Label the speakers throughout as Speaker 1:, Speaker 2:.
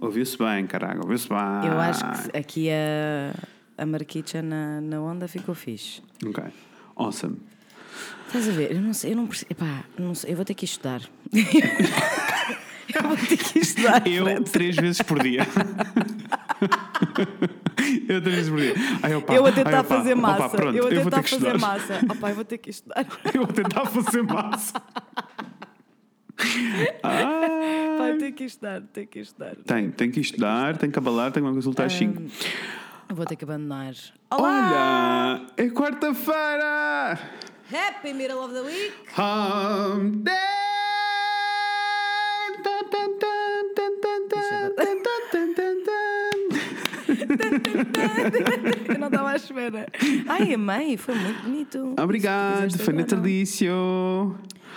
Speaker 1: Ouviu-se bem, caralho, ouviu-se bem.
Speaker 2: Eu acho que aqui a, a Marquicha na, na onda ficou fixe.
Speaker 1: Ok. Awesome.
Speaker 2: Estás a ver? Eu não sei, eu não percebo. Epá, não sei, eu vou ter que ir estudar. eu vou ter que ir estudar.
Speaker 1: Eu
Speaker 2: Fred.
Speaker 1: três vezes por dia. eu três vezes por dia. Ai, opa,
Speaker 2: eu a
Speaker 1: ai,
Speaker 2: tentar
Speaker 1: opa,
Speaker 2: fazer
Speaker 1: opa,
Speaker 2: massa.
Speaker 1: pronto,
Speaker 2: eu a
Speaker 1: vou
Speaker 2: tentar
Speaker 1: ter que
Speaker 2: fazer
Speaker 1: estudar.
Speaker 2: massa. Opá, eu vou ter que ir estudar.
Speaker 1: Eu vou tentar fazer massa.
Speaker 2: Pá, eu tenho que ir estudar, tenho que ir estudar.
Speaker 1: Ah, Tem, tem que estudar, tem que abalar, tem que consultar às 5.
Speaker 2: Eu Vou ter que abandonar.
Speaker 1: Olha, é quarta-feira!
Speaker 2: Happy Middle of the Week!
Speaker 1: Hum, day! Tan, tan, tan, tan, tan, tan, tan, tan, tan, tan.
Speaker 2: Eu não estava à espera. Ai, amei, foi muito bonito.
Speaker 1: Obrigado,
Speaker 2: Se quiseres
Speaker 1: foi
Speaker 2: agora.
Speaker 1: natalício.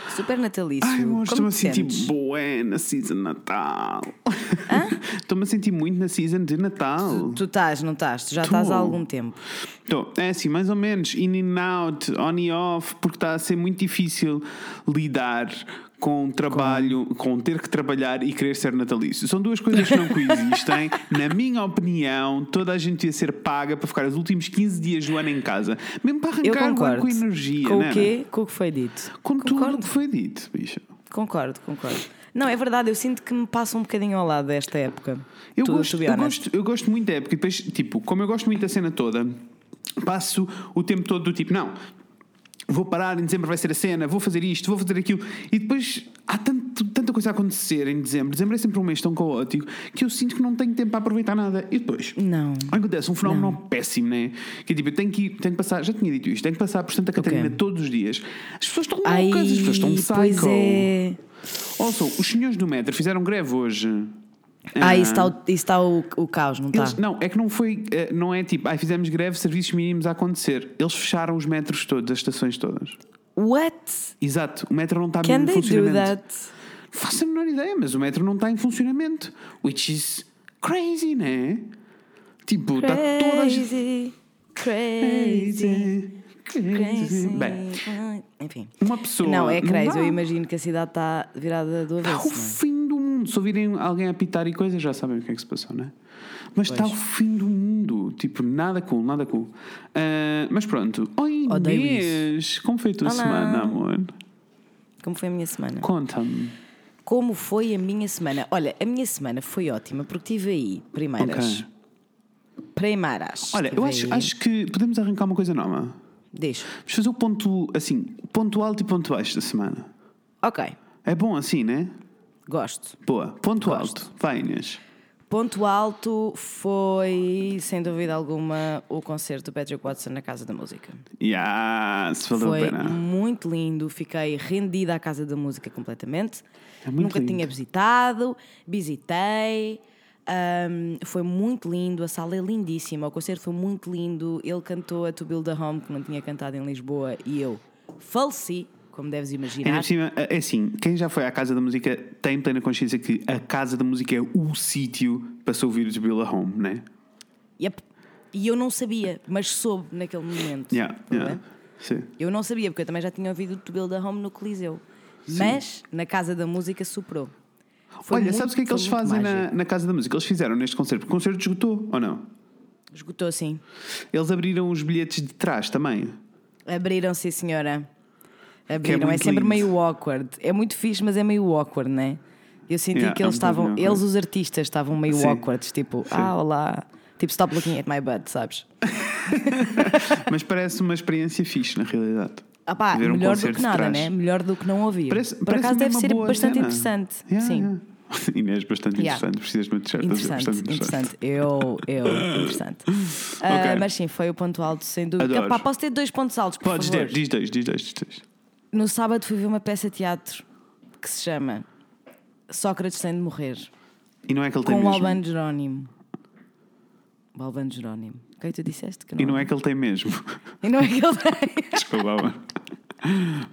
Speaker 2: Super natalício.
Speaker 1: Ai, amor, estou-me
Speaker 2: Como
Speaker 1: a
Speaker 2: te
Speaker 1: sentir
Speaker 2: sentes?
Speaker 1: bué na season de Natal. Estou-me a sentir muito na season de Natal.
Speaker 2: Tu estás, não estás? Tu já estás há algum tempo.
Speaker 1: Tô, é assim, mais ou menos, in and out, on e off, porque está a ser muito difícil lidar com o trabalho, com... ter que trabalhar e querer ser natalício. São duas coisas que não coexistem. Na minha opinião, toda a gente ia ser paga para ficar os últimos 15 dias do ano em casa, mesmo para
Speaker 2: Eu
Speaker 1: arrancar
Speaker 2: concordo.
Speaker 1: com a um energia,
Speaker 2: Com
Speaker 1: né?
Speaker 2: o quê? Com o que foi dito.
Speaker 1: Com tudo o
Speaker 2: concordo,
Speaker 1: que foi dito, bicho.
Speaker 2: concordo, concordo. Não, é verdade, eu sinto que me passa um bocadinho ao lado desta época.
Speaker 1: Eu,
Speaker 2: To- to
Speaker 1: gosto,
Speaker 2: be
Speaker 1: eu,
Speaker 2: honest.
Speaker 1: gosto, eu gosto muito da época. E depois, tipo, como eu gosto muito da cena toda, passo o tempo todo do tipo, não, vou parar, em dezembro vai ser a cena, vou fazer isto, vou fazer aquilo. E depois há tanto, tanta coisa a acontecer em dezembro. Dezembro é sempre um mês tão caótico que eu sinto que não tenho tempo para aproveitar nada. E depois.
Speaker 2: Não.
Speaker 1: Acontece um fenómeno péssimo, né? Que é tipo, eu tenho que, ir- tenho que passar, já tinha dito isto, tenho que passar por Santa Catarina todos os dias. As pessoas estão loucas,
Speaker 2: Ai,
Speaker 1: as pessoas estão psycho.
Speaker 2: pois é.
Speaker 1: Ouçam, os senhores do metro fizeram greve hoje.
Speaker 2: Ah,
Speaker 1: Ah.
Speaker 2: isso está o, isso tá o, o caos, não tá? está?
Speaker 1: Eles- não, é que não foi, eh, não é tipo, ai, fizemos greve, serviços mínimos a acontecer. Eles fecharam os metros todos, as estações todas.
Speaker 2: What?
Speaker 1: Exato, o metro não está
Speaker 2: Can
Speaker 1: mesmo em
Speaker 2: they do
Speaker 1: funcionamento.
Speaker 2: that?
Speaker 1: Faço a menor ideia, mas o metro não está em funcionamento. Which is crazy, né? Tipo, está toda a gente.
Speaker 2: Crazy, crazy, crazy.
Speaker 1: Bem,
Speaker 2: Enfim.
Speaker 1: uma pessoa.
Speaker 2: Não, é crazy.
Speaker 1: dá. Tá,
Speaker 2: Eu imagino que a cidade está virada do
Speaker 1: Está o
Speaker 2: avesso. não é?
Speaker 1: fim do mundo. Se ouvirem alguém apitar e coisas, já sabem o que é que se passou, não é? Mas está o fim do mundo. Tipo, nada cool, nada cool. Ah, mas pronto. Oi,
Speaker 2: Odeio
Speaker 1: Inês! Como foi a tua
Speaker 2: Olá.
Speaker 1: semana, amor?
Speaker 2: Como foi a minha semana?
Speaker 1: Conta-me.
Speaker 2: Como foi a minha semana? Olha, a minha semana foi ótima porque tive aí primeiras.
Speaker 1: Ok.
Speaker 2: Primeiras.
Speaker 1: Olha,
Speaker 2: Tive
Speaker 1: eu acho,
Speaker 2: aí-
Speaker 1: acho que podemos arrancar uma coisa nova.
Speaker 2: Deixa.
Speaker 1: Vamos fazer o ponto, assim, ponto alto e ponto baixo da semana.
Speaker 2: Ok,
Speaker 1: É bom assim, né?
Speaker 2: gosto.
Speaker 1: Boa. Ponto
Speaker 2: Gosto.
Speaker 1: alto. Vai, Inês.
Speaker 2: Ponto alto foi, sem dúvida alguma, o concerto do Patrick Watson na Casa da Música.
Speaker 1: Yeah, se valeu a
Speaker 2: Foi
Speaker 1: pena.
Speaker 2: muito lindo, fiquei rendida à Casa da Música completamente.
Speaker 1: É muito
Speaker 2: Nunca
Speaker 1: lindo.
Speaker 2: tinha visitado, visitei. ahm, foi muito lindo, a sala é lindíssima, o concerto foi muito lindo. Ele cantou a To Build a Home, que não tinha cantado em Lisboa, e eu faleci, como deves
Speaker 1: Ainda
Speaker 2: imaginar.
Speaker 1: por cima, é assim, quem já foi à Casa da Música tem plena consciência que a Casa da Música é o sítio para se ouvir de Bill Home, né?
Speaker 2: Yep. E eu não sabia, mas soube naquele momento.
Speaker 1: Yeah,
Speaker 2: Tudo
Speaker 1: yeah.
Speaker 2: bem?
Speaker 1: Sim.
Speaker 2: Eu não sabia, porque eu também já tinha ouvido o To Build a Home no Coliseu. Mas na Casa da Música superou. Foi
Speaker 1: Olha,
Speaker 2: muito-
Speaker 1: sabes o que é que
Speaker 2: foi
Speaker 1: eles
Speaker 2: muito
Speaker 1: fazem
Speaker 2: mágico.
Speaker 1: na, na Casa da Música? Eles fizeram neste concerto, porque o concerto esgotou ou não?
Speaker 2: Esgotou, sim.
Speaker 1: Eles abriram os bilhetes de trás também.
Speaker 2: Abriram, sim, senhora.
Speaker 1: Que é
Speaker 2: Abriram. É,
Speaker 1: muito
Speaker 2: sempre
Speaker 1: lindo.
Speaker 2: meio awkward. É muito fixe, mas é meio awkward, né? Eu senti
Speaker 1: Yeah,
Speaker 2: que
Speaker 1: é um
Speaker 2: eles estavam,
Speaker 1: bocadinho
Speaker 2: eles,
Speaker 1: awkward.
Speaker 2: os artistas, estavam meio
Speaker 1: Sim.
Speaker 2: awkwards, tipo, ah, olá. Tipo, stop looking at my butt, sabes?
Speaker 1: Mas parece uma experiência fixe, na realidade.
Speaker 2: Ah, pá,
Speaker 1: Ver um
Speaker 2: melhor do
Speaker 1: concerto
Speaker 2: que
Speaker 1: de
Speaker 2: nada,
Speaker 1: trás.
Speaker 2: né? Melhor do que não ouvir.
Speaker 1: Parece,
Speaker 2: Por
Speaker 1: parece
Speaker 2: acaso deve
Speaker 1: uma
Speaker 2: ser
Speaker 1: boa
Speaker 2: bastante
Speaker 1: cena.
Speaker 2: interessante.
Speaker 1: Yeah,
Speaker 2: sim.
Speaker 1: yeah. Inês, bastante
Speaker 2: Yeah.
Speaker 1: interessante. Precisas de uma t-shirt. mas é
Speaker 2: Interessante,
Speaker 1: bastante
Speaker 2: interessante. Eu, eu, interessante. Ah,
Speaker 1: Ok.
Speaker 2: mas sim, foi o ponto alto, sem dúvida.
Speaker 1: Adoro.
Speaker 2: Epá, posso ter dois pontos altos, por
Speaker 1: Podes
Speaker 2: favor?
Speaker 1: dizer, diz dois, diz dois, diz dois.
Speaker 2: No sábado fui ver uma peça de teatro que se chama Sócrates Tem de Morrer,
Speaker 1: E não é que ele tem
Speaker 2: com um o
Speaker 1: mesmo.
Speaker 2: Albano Jerónimo. O Albano Jerónimo. Quem tu disseste que não?
Speaker 1: E não é que ele tem mesmo.
Speaker 2: E não é que ele tem.
Speaker 1: Desculpa, mano.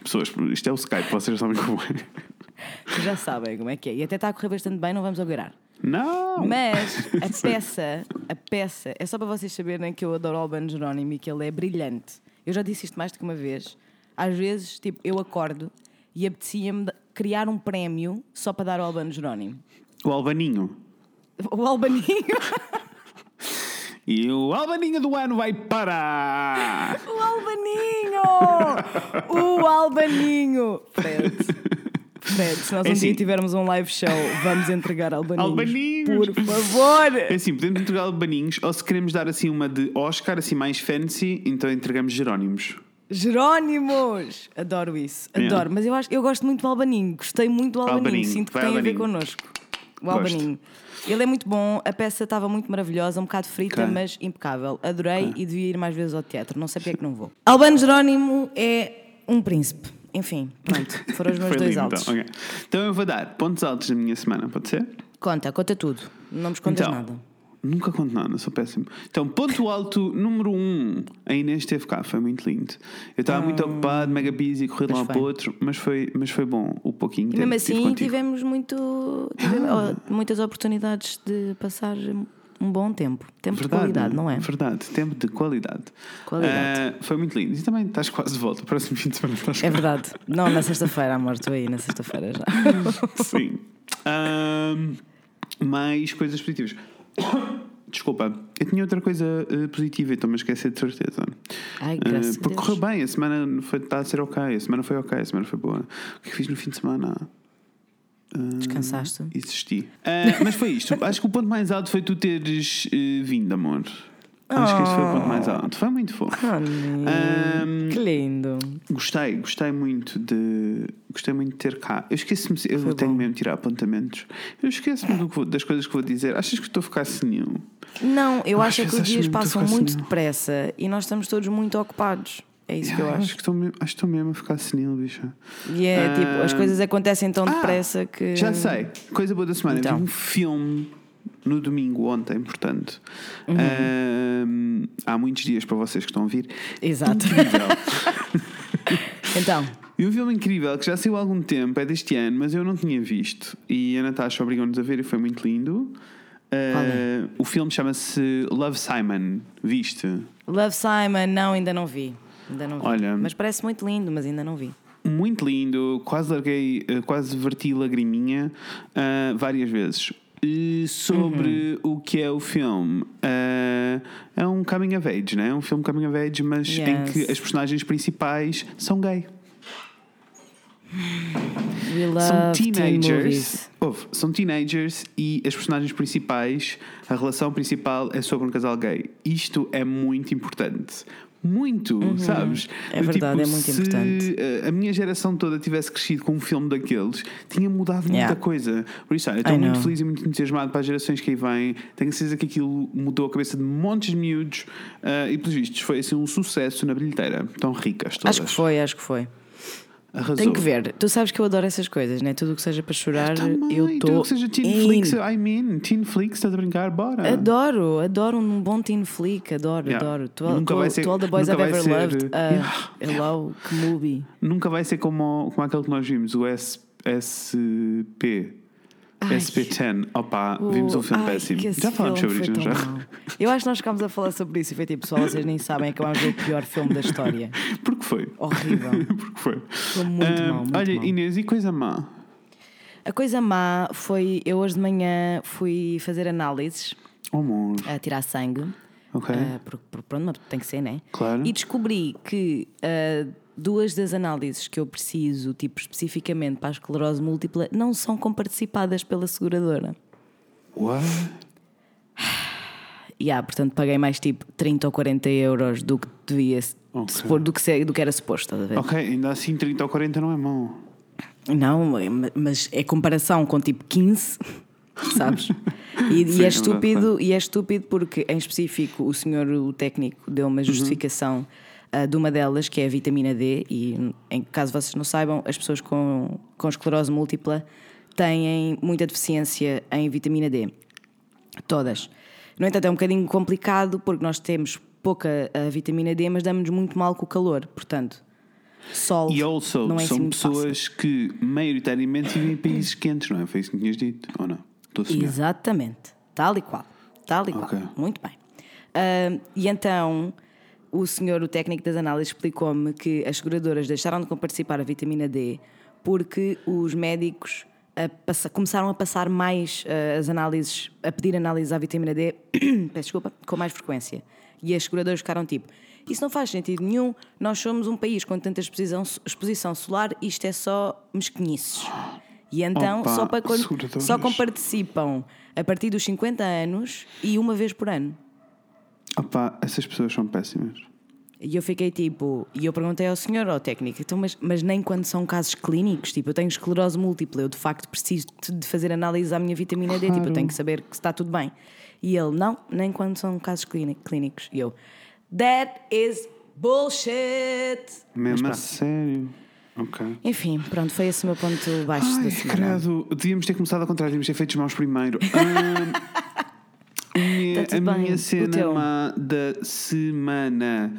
Speaker 1: Pessoas, isto é o Skype, vocês sabem como é.
Speaker 2: Já sabem como é que é. E até está a correr bastante bem, não vamos aguardar.
Speaker 1: Não!
Speaker 2: Mas a peça, a peça, é só para vocês saberem que eu adoro Alban Jerónimo e que ele é brilhante. Eu já disse isto mais do que uma vez. Às vezes, tipo, eu acordo e apetecia-me de- criar um prémio só para dar ao Alban Jerónimo.
Speaker 1: O Albaninho.
Speaker 2: O Albaninho.
Speaker 1: E o Albaninho do ano vai para.
Speaker 2: O Albaninho! O Albaninho! Fred. Fred, se nós um
Speaker 1: É assim.
Speaker 2: dia tivermos um live show, vamos entregar Albaninhos.
Speaker 1: Albaninhos!
Speaker 2: Por favor!
Speaker 1: É assim, podemos entregar albaninhos ou se queremos dar assim uma de Oscar, assim mais fancy, então entregamos Jerónimos.
Speaker 2: Jerónimos! Adoro isso, adoro.
Speaker 1: Yeah.
Speaker 2: Mas eu, acho, eu gosto muito do Albaninho, gostei muito do Albaninho,
Speaker 1: É. Albaninho,
Speaker 2: sinto que
Speaker 1: vai
Speaker 2: tem a ver
Speaker 1: Albaninho.
Speaker 2: connosco. O
Speaker 1: Gosto.
Speaker 2: Albaninho. Ele é muito bom, a peça estava muito maravilhosa, um bocado frita,
Speaker 1: Ok.
Speaker 2: mas impecável. Adorei e devia ir mais vezes ao teatro, não sei porque é que não vou. Albano Jerónimo é um príncipe. Enfim, pronto, foram os meus
Speaker 1: Foi
Speaker 2: dois
Speaker 1: lindo,
Speaker 2: altos.
Speaker 1: Então. ok. Então eu vou dar pontos altos na minha semana, pode ser?
Speaker 2: Conta, conta tudo, não me escondas
Speaker 1: então,
Speaker 2: nada.
Speaker 1: Nunca conto nada, sou péssimo. Então, ponto alto número 1, um, a Inês esteve cá, foi muito lindo. Eu estava muito ocupado, mega busy, corri de
Speaker 2: Pois
Speaker 1: um
Speaker 2: Ah, foi.
Speaker 1: para o outro, mas foi, mas foi bom o pouquinho
Speaker 2: E
Speaker 1: tempo
Speaker 2: mesmo
Speaker 1: que tive
Speaker 2: assim
Speaker 1: contigo. Ah.
Speaker 2: tivemos muito, tivemos, oh, muitas oportunidades de passar um bom tempo. Tempo de qualidade, não é?
Speaker 1: Verdade, tempo de qualidade.
Speaker 2: Qualidade.
Speaker 1: Ah, foi muito lindo. E também estás quase de volta, o próximo fim de semana estás
Speaker 2: É verdade. Não, na sexta-feira, amor, estou aí na sexta-feira já.
Speaker 1: Sim. Ahm, mais coisas positivas. Desculpa, eu tinha outra coisa eh, positiva, então me esqueci de certeza.
Speaker 2: Ai,
Speaker 1: Eh,
Speaker 2: graças a
Speaker 1: porque
Speaker 2: Deus.
Speaker 1: correu bem, a semana foi, está a ser ok, a semana foi ok, a semana foi boa. O que é que fiz no fim de semana?
Speaker 2: Descansaste?
Speaker 1: Existi. Ah, mas foi isto. Acho que o ponto mais alto foi tu teres eh, vindo, amor. Acho que esse foi o ponto
Speaker 2: Oh.
Speaker 1: mais alto. Foi muito fofo. Ahm,
Speaker 2: Que lindo.
Speaker 1: Gostei, gostei muito de. Gostei muito de ter cá. Eu esqueço-me. Eu tenho mesmo de tirar apontamentos. Eu esqueço-me do que vou- das coisas que vou dizer. Achas que estou a ficar senil?
Speaker 2: Não, eu
Speaker 1: Às
Speaker 2: acho é que
Speaker 1: vezes
Speaker 2: os
Speaker 1: acho
Speaker 2: dias
Speaker 1: mesmo que
Speaker 2: passam
Speaker 1: fica
Speaker 2: muito
Speaker 1: assim, não.
Speaker 2: depressa e nós estamos todos muito ocupados. É isso que eu
Speaker 1: Ah,
Speaker 2: acho.
Speaker 1: que estou mesmo, acho que estou mesmo a ficar senil, bicha.
Speaker 2: E é tipo, as coisas acontecem tão depressa que.
Speaker 1: Ah. Já sei. Coisa boa da semana.
Speaker 2: Eh, Então.
Speaker 1: Vi um filme no domingo, ontem, portanto.
Speaker 2: Uhum.
Speaker 1: Ahm, há muitos dias para vocês que estão a ouvir.
Speaker 2: Exato. então,
Speaker 1: E um filme incrível que já saiu há algum tempo, é deste ano, mas eu não tinha visto. E a Natasha obrigou-nos a ver e foi muito lindo. Uh,
Speaker 2: Qual é?
Speaker 1: O filme chama-se Love Simon. Viste?
Speaker 2: Love Simon, não, ainda não vi. Ainda não vi.
Speaker 1: Olha.
Speaker 2: Mas parece muito lindo, mas ainda não vi.
Speaker 1: Muito lindo, quase larguei, uh, quase verti lagriminha uh, várias vezes. E sobre
Speaker 2: Uhum.
Speaker 1: o que é o filme, uh, é um coming of age, né? É um filme coming of age, mas em
Speaker 2: Yes.
Speaker 1: que as personagens principais são gay.
Speaker 2: We love
Speaker 1: são
Speaker 2: teen
Speaker 1: teenagers.
Speaker 2: movies.
Speaker 1: Ouve, são teenagers e as personagens principais, a relação principal é sobre um casal gay. Isto é muito importante. Muito, sabes?
Speaker 2: É
Speaker 1: Do
Speaker 2: verdade, é muito
Speaker 1: se
Speaker 2: importante.
Speaker 1: eh, A minha geração toda tivesse crescido com um filme daqueles, tinha mudado muita
Speaker 2: Yeah.
Speaker 1: coisa. Por isso, olha, estou
Speaker 2: I
Speaker 1: muito
Speaker 2: know.
Speaker 1: feliz e muito entusiasmado para as gerações que aí vêm. Tenho certeza que aquilo mudou a cabeça de montes de miúdos eh, e, pelos vistos, foi assim um sucesso na bilheteira. Tão ricas todas.
Speaker 2: Acho que foi, acho que foi.
Speaker 1: Arrasou.
Speaker 2: Tenho que ver. Tu sabes que eu adoro essas coisas, né? Tudo o que seja para chorar,
Speaker 1: Também,
Speaker 2: eu
Speaker 1: Tudo
Speaker 2: estou.
Speaker 1: que seja Teen Flix, I mean, Teen Flix, estás a brincar? Bora.
Speaker 2: Adoro, adoro um bom teen flick, adoro,
Speaker 1: Yeah.
Speaker 2: adoro. To,
Speaker 1: Nunca vai
Speaker 2: to-
Speaker 1: ser-
Speaker 2: to all the boys I've
Speaker 1: nunca vai
Speaker 2: ever
Speaker 1: ser- eh,
Speaker 2: loved. Uh,
Speaker 1: Yeah.
Speaker 2: Hello, que movie.
Speaker 1: Nunca vai ser como, como aquele que nós vimos, o S, SP.
Speaker 2: Ai.
Speaker 1: SP10. Opa, vimos um filme
Speaker 2: Ai,
Speaker 1: péssimo.
Speaker 2: que esse
Speaker 1: Já falámos
Speaker 2: filme
Speaker 1: sobre isto,
Speaker 2: foi
Speaker 1: não já?
Speaker 2: tão mau. Eu acho que nós ficámos a falar sobre isso e foi tipo, pessoal, vocês nem sabem, acabámos de ver o pior filme da história.
Speaker 1: Porque foi.
Speaker 2: Horrível.
Speaker 1: Porque foi.
Speaker 2: Foi muito
Speaker 1: Ah,
Speaker 2: mau, muito
Speaker 1: olha,
Speaker 2: mau.
Speaker 1: Inês, e coisa má?
Speaker 2: A coisa má foi, eu hoje de manhã fui fazer análises,
Speaker 1: Oh, amor.
Speaker 2: a tirar sangue.
Speaker 1: Ok.
Speaker 2: Ah, porque, porque, pronto, mas tem que ser, né?
Speaker 1: Claro.
Speaker 2: E descobri que ah, duas das análises que eu preciso, tipo especificamente para a esclerose múltipla, não são comparticipadas pela seguradora.
Speaker 1: What?
Speaker 2: E ah, portanto, paguei mais tipo 30 ou 40 euros do que devia se-
Speaker 1: Ok.
Speaker 2: supor, do que, se- do que era suposto, estás a ver?
Speaker 1: Ok, ainda assim 30 ou 40 não é mau.
Speaker 2: Não, mas é comparação com tipo 15, sabes? E, e
Speaker 1: Sim,
Speaker 2: é
Speaker 1: é
Speaker 2: estúpido, e é estúpido porque, em específico, o senhor, o técnico, deu
Speaker 1: Uhum.
Speaker 2: uma justificação ah, de uma delas, que é a vitamina D, e em caso vocês não saibam, as pessoas com, com esclerose múltipla têm muita deficiência em vitamina D. Todas. No entanto, é um bocadinho complicado porque nós temos pouca ah, vitamina D, mas damos-nos muito mal com o calor, portanto. Sol
Speaker 1: E also,
Speaker 2: não é assim
Speaker 1: são
Speaker 2: muito fácil.
Speaker 1: pessoas que maioritariamente vivem em países quentes, não é? Foi isso que tinhas dito, ou não? Estou a sonhar.
Speaker 2: Exatamente, tal e qual, tal e qual.
Speaker 1: Ok.
Speaker 2: Muito bem. Ah, e então o senhor, o técnico das análises, explicou-me que as seguradoras deixaram de comparticipar a vitamina D porque os médicos a passa- começaram a passar mais eh, as análises, a pedir análises à vitamina D, peço desculpa, com mais frequência. E as seguradoras ficaram tipo: Isso não faz sentido nenhum, nós somos um país com tanta exposição, exposição solar, isto é só mesquinhices. E então,
Speaker 1: Opa,
Speaker 2: só, para quando-
Speaker 1: seguradoras.
Speaker 2: só com participam a partir dos 50 anos e uma vez por ano.
Speaker 1: Opa, essas pessoas são péssimas.
Speaker 2: E eu fiquei tipo, e eu perguntei ao senhor, ao técnico, então, mas, mas nem quando são casos clínicos, tipo, eu tenho esclerose múltipla, eu de facto preciso de de fazer análise à minha vitamina D, tipo, eu
Speaker 1: Claro.
Speaker 2: tenho que saber que está tudo bem. E ele, não, nem quando são casos clíni- clínicos. E eu, that is bullshit! Mas
Speaker 1: Mesmo assim. a
Speaker 2: pronto.
Speaker 1: sério. Ok.
Speaker 2: Enfim, pronto, foi esse o meu ponto baixo da
Speaker 1: Ai,
Speaker 2: semana.
Speaker 1: credo, devíamos ter começado ao contrário, devíamos ter feito os maus primeiro. Ahm, a minha-
Speaker 2: Tá
Speaker 1: a
Speaker 2: tudo bem.
Speaker 1: minha
Speaker 2: O
Speaker 1: cena
Speaker 2: teu?
Speaker 1: má da semana.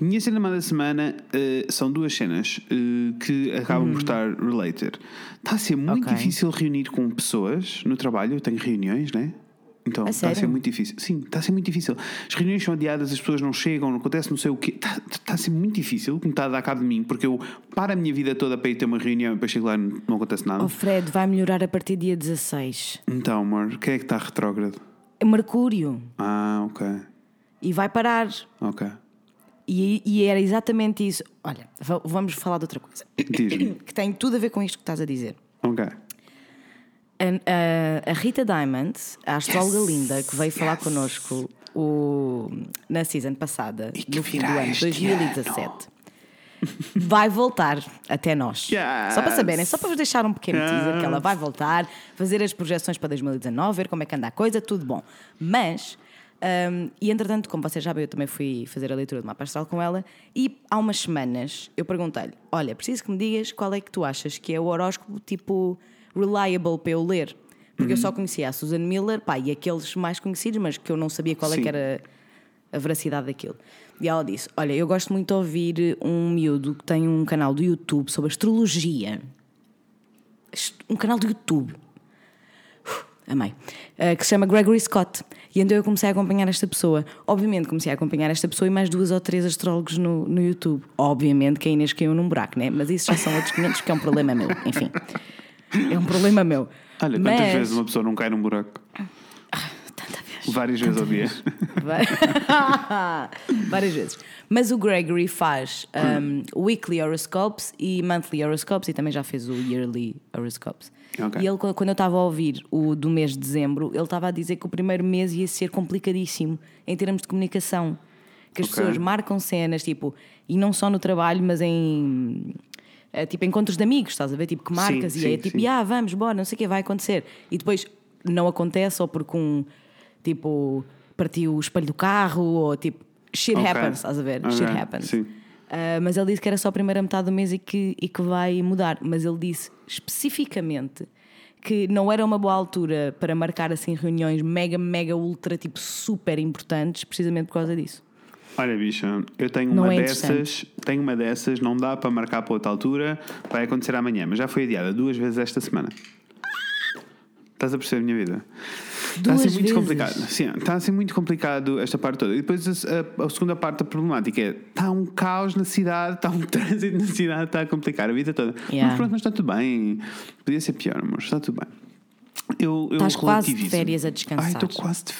Speaker 1: A minha cena má da semana eh, são duas cenas eh, que acabam por estar related. Está a ser muito
Speaker 2: Hum. Ok.
Speaker 1: difícil reunir com pessoas no trabalho, eu tenho reuniões, né? Então
Speaker 2: A
Speaker 1: está a ser
Speaker 2: sério?
Speaker 1: muito difícil. Sim, está a ser muito difícil. As reuniões são adiadas, as pessoas não chegam, não acontece não sei o quê. Está, está a ser muito difícil, o que me está a dar cabo de mim, porque eu paro a minha vida toda para ir ter uma reunião e para chegar lá não, não acontece nada.
Speaker 2: O Oh, Fred vai melhorar a partir dia 16.
Speaker 1: Então, amor, quem é que está retrógrado?
Speaker 2: Mercúrio,
Speaker 1: Ah, ok.
Speaker 2: e vai parar.
Speaker 1: Ok.
Speaker 2: E, e era exatamente isso. Olha, va- vamos falar de outra coisa.
Speaker 1: Diz-me.
Speaker 2: que tem tudo a ver com isto que estás a dizer.
Speaker 1: Ok.
Speaker 2: A, a- a Rita Diamond, a astróloga linda que veio falar connosco o, na season passada,
Speaker 1: que
Speaker 2: no fim do
Speaker 1: virá
Speaker 2: ano
Speaker 1: este
Speaker 2: 2017, vai voltar até nós.
Speaker 1: Yes.
Speaker 2: Só para saberem, só para vos deixar um pequeno teaser que ela vai voltar, fazer as projeções para 2019, ver como é que anda a coisa, tudo bom. Mas. hum, e entretanto, como vocês sabem, eu também fui fazer a leitura do mapa astral com ela e há umas semanas eu perguntei-lhe: Olha, preciso que me digas qual é que tu achas que é o horóscopo tipo reliable para eu ler? Porque eu só conhecia a Susan Miller pá, e aqueles mais conhecidos, mas que eu não sabia qual é que
Speaker 1: Sim.
Speaker 2: era a veracidade daquilo. E ela disse: Olha, eu gosto muito de ouvir um miúdo que tem um canal do YouTube sobre astrologia. Est- Um canal do YouTube. Uf, Amei. Eh, que se chama Gregory Scott. E então eu comecei a acompanhar esta pessoa. Obviamente comecei a acompanhar esta pessoa e mais duas ou três astrólogos no, no YouTube. Obviamente que a Inês caiu num buraco, né? Mas isso já são outros 500 que é um problema meu. Enfim. É um problema meu.
Speaker 1: Olha,
Speaker 2: Mas- Ah,
Speaker 1: quantas vezes uma pessoa não cai num buraco?
Speaker 2: Tanta vez.
Speaker 1: Várias vezes ao dia.
Speaker 2: Va- Várias vezes. Mas o Gregory faz um, weekly horoscopes e monthly horoscopes e também já fez o yearly horoscopes.
Speaker 1: Ok.
Speaker 2: E ele, qu- quando eu estava a ouvir o do mês de dezembro, ele estava a dizer que o primeiro mês ia ser complicadíssimo em termos de comunicação. Que as
Speaker 1: Ok.
Speaker 2: pessoas marcam cenas, tipo, e não só no trabalho, mas em. eh, Tipo, encontros de amigos, estás a ver? Tipo, que marcas e
Speaker 1: sim,
Speaker 2: é tipo,
Speaker 1: sim.
Speaker 2: ah, vamos, bora, não sei o que vai acontecer. E depois não acontece, ou porque um tipo partiu o espelho do carro, ou tipo, shit
Speaker 1: Ok.
Speaker 2: happens, estás a ver?
Speaker 1: Ok,
Speaker 2: Shit happens.
Speaker 1: sim.
Speaker 2: Ah, mas ele disse que era só a primeira metade do mês e que, e que vai mudar. Mas ele disse especificamente que não era uma boa altura para marcar assim reuniões mega, mega, ultra, tipo super importantes, precisamente por causa disso.
Speaker 1: Olha, bicha, eu tenho
Speaker 2: Não
Speaker 1: uma
Speaker 2: é
Speaker 1: dessas, tenho uma dessas, não dá para marcar para outra altura, vai acontecer amanhã, mas já foi adiada duas vezes esta semana. Estás a perceber a minha vida? Está a
Speaker 2: Duas
Speaker 1: ser muito
Speaker 2: vezes.
Speaker 1: complicado. Sim, está a ser muito complicado esta parte toda. E depois a, a segunda parte da problemática é: está um caos na cidade, está um trânsito na cidade, está a complicar a vida toda.
Speaker 2: Yeah.
Speaker 1: Mas pronto, mas está tudo bem. Podia ser pior, amor, está tudo bem. Eu, eu
Speaker 2: Estás quase de
Speaker 1: relativizo.
Speaker 2: férias a
Speaker 1: Ai,
Speaker 2: descansar.
Speaker 1: estou quase de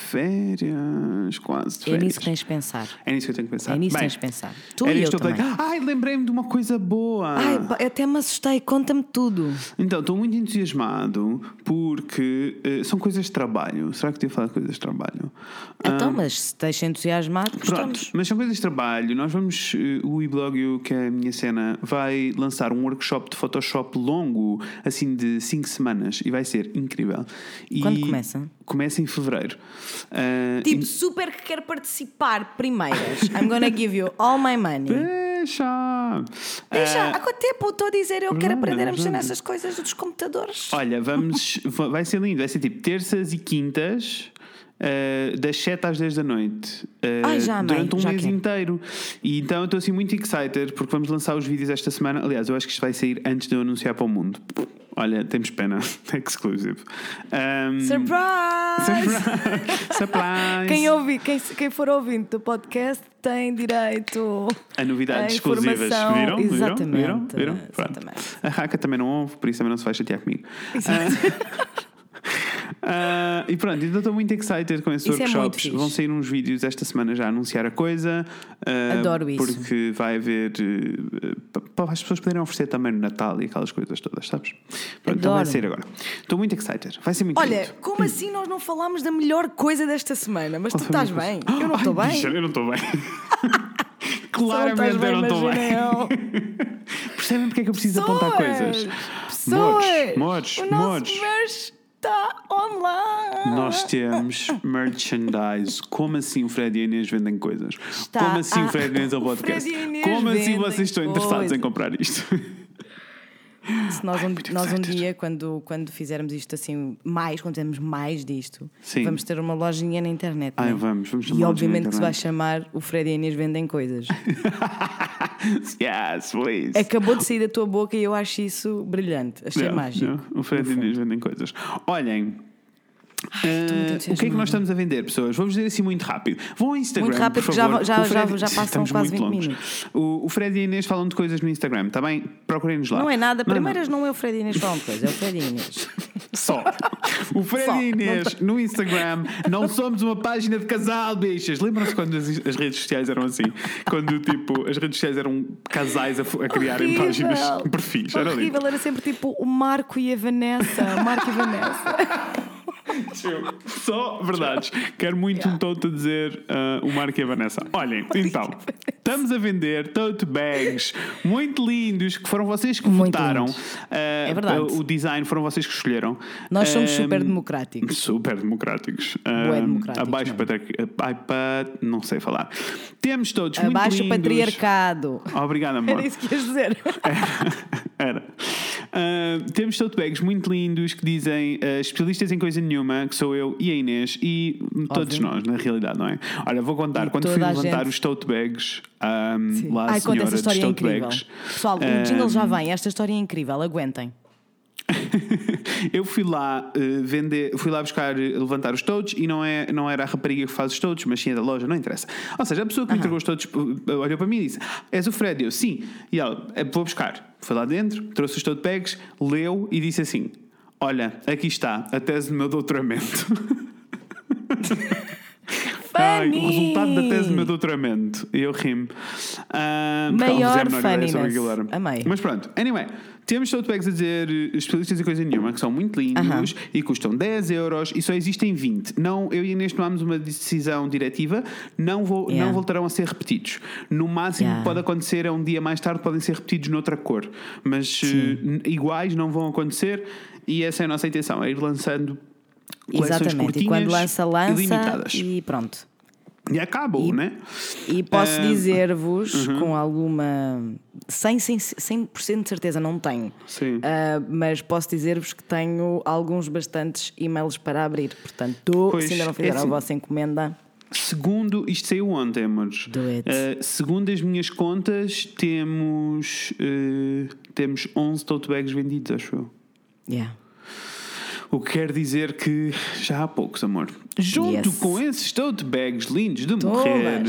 Speaker 1: férias, quase de
Speaker 2: É
Speaker 1: férias.
Speaker 2: nisso que tens de pensar.
Speaker 1: É nisso que eu tenho que pensar.
Speaker 2: É nisso que
Speaker 1: Bem,
Speaker 2: tens de pensar. Tu
Speaker 1: era
Speaker 2: e eu
Speaker 1: isto que
Speaker 2: também.
Speaker 1: tenho- Ai, lembrei-me de uma coisa boa.
Speaker 2: Ai, pá, até me assustei, conta-me tudo.
Speaker 1: Então, estou muito entusiasmado porque eh, são coisas de trabalho. Será que devia falar de coisas de trabalho?
Speaker 2: Então, mas se deixa entusiasmado,
Speaker 1: Ah. Pronto,
Speaker 2: gostamos.
Speaker 1: mas são coisas de trabalho. Nós vamos, eh, o iBlogio, que é a minha cena, vai lançar um workshop de Photoshop longo, assim de 5 semanas, e vai ser incrível. E
Speaker 2: Quando começa?
Speaker 1: Começa em fevereiro. Ah,
Speaker 2: Tipo, super que quer participar, primeiras. I'm gonna give you all my money.
Speaker 1: Deixa!
Speaker 2: Deixa,
Speaker 1: Ah.
Speaker 2: há quanto tempo estou a dizer eu quero
Speaker 1: verdade,
Speaker 2: aprender a mexer
Speaker 1: verdade.
Speaker 2: nessas coisas dos computadores?
Speaker 1: Olha, vamos. va- Vai ser lindo, vai ser tipo terças e quintas. eh, das 7 às 10 da noite. eh,
Speaker 2: Ai, já amei,
Speaker 1: durante um
Speaker 2: já
Speaker 1: mês
Speaker 2: quero.
Speaker 1: inteiro. E então eu estou assim muito excited porque vamos lançar os vídeos esta semana. Aliás, eu acho que isto vai sair antes de eu anunciar para o mundo. Olha, temos pena. Exclusive. Um,
Speaker 2: Surprise!
Speaker 1: surprise! Surprise!
Speaker 2: Quem, ouvi, quem, quem for ouvindo do podcast tem direito
Speaker 1: A novidades
Speaker 2: a
Speaker 1: exclusivas.
Speaker 2: informação.
Speaker 1: Viram? Viram?
Speaker 2: Exatamente.
Speaker 1: Viram? Viram? Pronto.
Speaker 2: Exatamente.
Speaker 1: A Raca também não ouve, por isso também não se vai chatear comigo. Ah, e pronto, então estou muito excited com esses
Speaker 2: Isso é muito
Speaker 1: workshops.
Speaker 2: fixe.
Speaker 1: Vão sair uns vídeos esta semana já a anunciar a coisa. ah,
Speaker 2: Adoro isso.
Speaker 1: Porque vai haver. eh, pa- para as pessoas poderem oferecer também no Natal e aquelas coisas todas, sabes? Pronto, então vai
Speaker 2: Adoro.
Speaker 1: sair agora. Estou muito excited. Vai ser muito
Speaker 2: Olha,
Speaker 1: lindo.
Speaker 2: como assim nós não falámos da melhor coisa desta semana? Mas tu estás bem? Eu não estou
Speaker 1: Oh, Ai,
Speaker 2: bem.
Speaker 1: bicha, eu não estou bem.
Speaker 2: Só não
Speaker 1: Claramente
Speaker 2: estás bem,
Speaker 1: eu não estou bem.
Speaker 2: imagina eu.
Speaker 1: Percebem porque é que eu preciso apontar coisas?
Speaker 2: Pessoas! Pessoas!
Speaker 1: Mores,
Speaker 2: o
Speaker 1: mores.
Speaker 2: nosso merch está online!
Speaker 1: Nós temos merchandise. Como assim o Fred e a Inês vendem coisas?
Speaker 2: Está
Speaker 1: Como assim o
Speaker 2: a-
Speaker 1: Fred e a Inês é o
Speaker 2: o
Speaker 1: podcast?
Speaker 2: Fred e a Inês
Speaker 1: Como assim
Speaker 2: vendem
Speaker 1: vocês estão interessados em
Speaker 2: coisas.
Speaker 1: comprar isto?
Speaker 2: Se nós, um,
Speaker 1: muito
Speaker 2: nós um
Speaker 1: excited.
Speaker 2: dia, quando, quando fizermos isto assim, mais, quando temos mais disto,
Speaker 1: Sim.
Speaker 2: vamos ter uma lojinha na internet.
Speaker 1: Ai,
Speaker 2: não é?
Speaker 1: vamos, vamos ter
Speaker 2: E
Speaker 1: uma lojinha na
Speaker 2: obviamente que se vai
Speaker 1: internet.
Speaker 2: chamar O Fred e a Inês Vendem Coisas.
Speaker 1: yes, please.
Speaker 2: Acabou de sair da tua boca e eu acho isso brilhante. Achei
Speaker 1: Yeah,
Speaker 2: é mágico.
Speaker 1: yeah. O Fred e a Inês vendem coisas. Olhem. eh, o que é que nós estamos a vender, pessoas? Vamos dizer assim muito rápido. Vão ao Instagram.
Speaker 2: Muito rápido,
Speaker 1: por
Speaker 2: que já-
Speaker 1: favor.
Speaker 2: já-
Speaker 1: O Fred-
Speaker 2: já- já passam
Speaker 1: Estamos
Speaker 2: quase
Speaker 1: muito
Speaker 2: 20
Speaker 1: longos. O, o Fred e a Inês falam de coisas no Instagram, está bem? Procurem-nos lá.
Speaker 2: Não é nada.
Speaker 1: Não, não.
Speaker 2: Primeiras não, é o Fred e a Inês que falam de coisa, é o Fred e a Inês.
Speaker 1: Só. O Fred
Speaker 2: Só.
Speaker 1: e a Inês no Instagram não somos uma página de casal, bichas. Lembram-se quando as, as redes sociais eram assim? Quando tipo, as redes sociais eram casais a, f- a criarem
Speaker 2: Horrível.
Speaker 1: páginas, perfis. Era lindo.
Speaker 2: Horrível, era sempre tipo o Marco e a Vanessa. o Marco e a Vanessa.
Speaker 1: Só verdades. Quero muito um tonto a dizer ah, o Marco e a Vanessa. Olhem, então, estamos a vender tote bags muito lindos que foram vocês que
Speaker 2: Muito
Speaker 1: votaram.
Speaker 2: lindos.
Speaker 1: Ah,
Speaker 2: É verdade.
Speaker 1: O design foram vocês que escolheram.
Speaker 2: Nós somos
Speaker 1: Ah,
Speaker 2: super democráticos.
Speaker 1: Super democráticos.
Speaker 2: Bué
Speaker 1: Ah,
Speaker 2: democráticos
Speaker 1: abaixo
Speaker 2: mesmo.
Speaker 1: patri... ah, pat- não sei falar. Temos todos muito
Speaker 2: Abaixo o
Speaker 1: lindos.
Speaker 2: patriarcado.
Speaker 1: Obrigada, amor.
Speaker 2: Era isso que ias dizer.
Speaker 1: Era. Ah, temos tote bags muito lindos que dizem ah, especialistas em coisa nenhuma, que sou eu e a Inês e todos nós, na realidade, não é? Olha, vou contar.
Speaker 2: E
Speaker 1: Quando
Speaker 2: toda
Speaker 1: fui
Speaker 2: a
Speaker 1: levantar
Speaker 2: gente-
Speaker 1: os tote bags, ah,
Speaker 2: Sim.
Speaker 1: lá a
Speaker 2: Ai,
Speaker 1: senhora
Speaker 2: conta essa história
Speaker 1: dos
Speaker 2: é
Speaker 1: tote
Speaker 2: incrível.
Speaker 1: bags.
Speaker 2: Pessoal,
Speaker 1: ah,
Speaker 2: o jingle já vem, esta história é incrível, aguentem.
Speaker 1: eu fui lá eh, vender, fui lá buscar eh, levantar os todos e não, é, não era a rapariga que faz os todos, mas sim é da loja, não interessa. Ou seja, a pessoa que me entregou os todos eh, olhou para mim e disse: És o Fred? Eu, sim. E ela, "Eh, vou buscar. Foi lá dentro, trouxe os tote bags, leu e disse assim: Olha, aqui está a tese do meu doutoramento. Ai, o resultado da tese do meu doutoramento. E eu rimo. Ah, porque
Speaker 2: Maior
Speaker 1: ela não fazia a menor ideia sobre
Speaker 2: funniness.
Speaker 1: aquilo era.
Speaker 2: Amei.
Speaker 1: Mas pronto, anyway. Temos tote bags a dizer eh, especialistas e coisa nenhuma, que são muito lindos e custam 10 euros e só existem 20. Não, eu e a Inês tomámos uma decisão diretiva, não, vou,
Speaker 2: Yeah.
Speaker 1: não voltarão a ser repetidos. No máximo
Speaker 2: Yeah.
Speaker 1: que pode acontecer é um dia mais tarde, podem ser repetidos noutra cor, mas eh, n- iguais não vão acontecer e essa é a nossa intenção, é ir lançando. coleções
Speaker 2: Exatamente, e quando
Speaker 1: curtinhas
Speaker 2: lança,
Speaker 1: e
Speaker 2: lança
Speaker 1: limitadas.
Speaker 2: e, pronto.
Speaker 1: E acabou, né?
Speaker 2: E posso
Speaker 1: Ah,
Speaker 2: dizer-vos
Speaker 1: uhum.
Speaker 2: com alguma. Sem, sem, 100% de certeza, não tenho.
Speaker 1: Sim.
Speaker 2: Ah, mas posso dizer-vos que tenho alguns bastantes e-mails para abrir. Portanto,
Speaker 1: Pois,
Speaker 2: se ainda não
Speaker 1: é
Speaker 2: fizeram
Speaker 1: assim.
Speaker 2: a vossa encomenda,
Speaker 1: Segundo, isto saiu ontem, amores.
Speaker 2: Do it.
Speaker 1: Uh, segundo as minhas contas, temos, uh, temos 11 tote bags vendidos, acho eu.
Speaker 2: yeah.
Speaker 1: O que quer dizer que já há poucos, amor. Junto
Speaker 2: Yes.
Speaker 1: com esses tote bags lindos de morrer,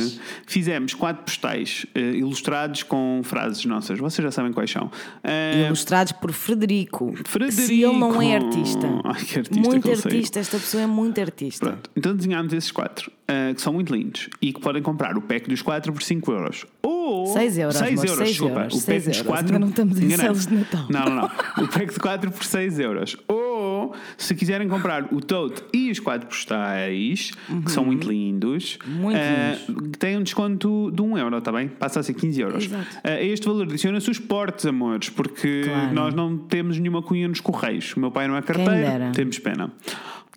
Speaker 1: fizemos quatro postais uh, ilustrados com frases nossas. Vocês já sabem quais são. Uh,
Speaker 2: ilustrados por Frederico.
Speaker 1: Frederico.
Speaker 2: Se ele não é artista,
Speaker 1: Ai, que artista que
Speaker 2: muito
Speaker 1: ele saiu.
Speaker 2: artista, esta pessoa é muito artista.
Speaker 1: Pronto. Então desenhámos esses quatro, ah, que são muito lindos e que podem comprar o pack dos quatro por 5 euros. Ou.
Speaker 2: Seis euros,
Speaker 1: seis
Speaker 2: amor,
Speaker 1: euros,
Speaker 2: seis
Speaker 1: desculpa.
Speaker 2: euros,
Speaker 1: o pack
Speaker 2: seis
Speaker 1: dos
Speaker 2: euros.
Speaker 1: quatro.
Speaker 2: Ainda não estamos em
Speaker 1: Enganei-me.
Speaker 2: selos de Natal.
Speaker 1: Não, não, não. O pack de quatro por 6 euros. Ou, se quiserem comprar o tote e os quatro postais, que são muito lindos,
Speaker 2: Uhum. Muito
Speaker 1: ah, têm um desconto de 1 euro, está bem? Passa a ser 15 euros.
Speaker 2: Exato.
Speaker 1: Ah, a este valor adiciona-se os portes, amores, porque
Speaker 2: Claro.
Speaker 1: nós não temos nenhuma cunha nos correios. O meu pai não é
Speaker 2: me
Speaker 1: carteiro,
Speaker 2: dera.
Speaker 1: temos pena.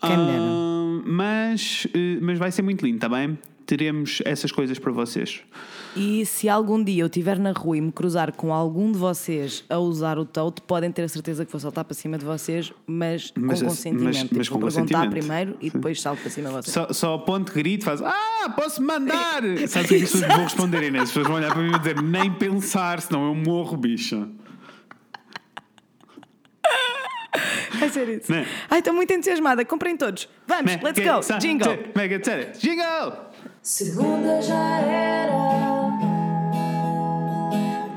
Speaker 2: Quem me dera.
Speaker 1: Ah, mas, eh, mas vai ser muito lindo, está bem? teremos essas coisas para vocês.
Speaker 2: E se algum dia eu estiver na rua e me cruzar com algum de vocês a usar o tote, podem ter a certeza que vou saltar para cima de vocês, mas,
Speaker 1: Mas
Speaker 2: com
Speaker 1: assim-
Speaker 2: consentimento.
Speaker 1: mas-
Speaker 2: Tipo,
Speaker 1: mas com
Speaker 2: vou perguntar
Speaker 1: consentimento.
Speaker 2: primeiro e depois salto para cima de vocês.
Speaker 1: Só, só ponto grito, faz Ah, posso mandar! Sabes o que as pessoas vão responder, Inês? As pessoas vão olhar para mim e dizer Nem pensar, senão eu morro, bicha.
Speaker 2: Vai ser isso.
Speaker 1: Né?
Speaker 2: Ai, estou muito entusiasmada. Comprem todos. Vamos, let's
Speaker 1: Mega
Speaker 2: go.
Speaker 1: Santa,
Speaker 2: Jingle.
Speaker 1: Mega Santa, Jingle!
Speaker 3: Segunda já era,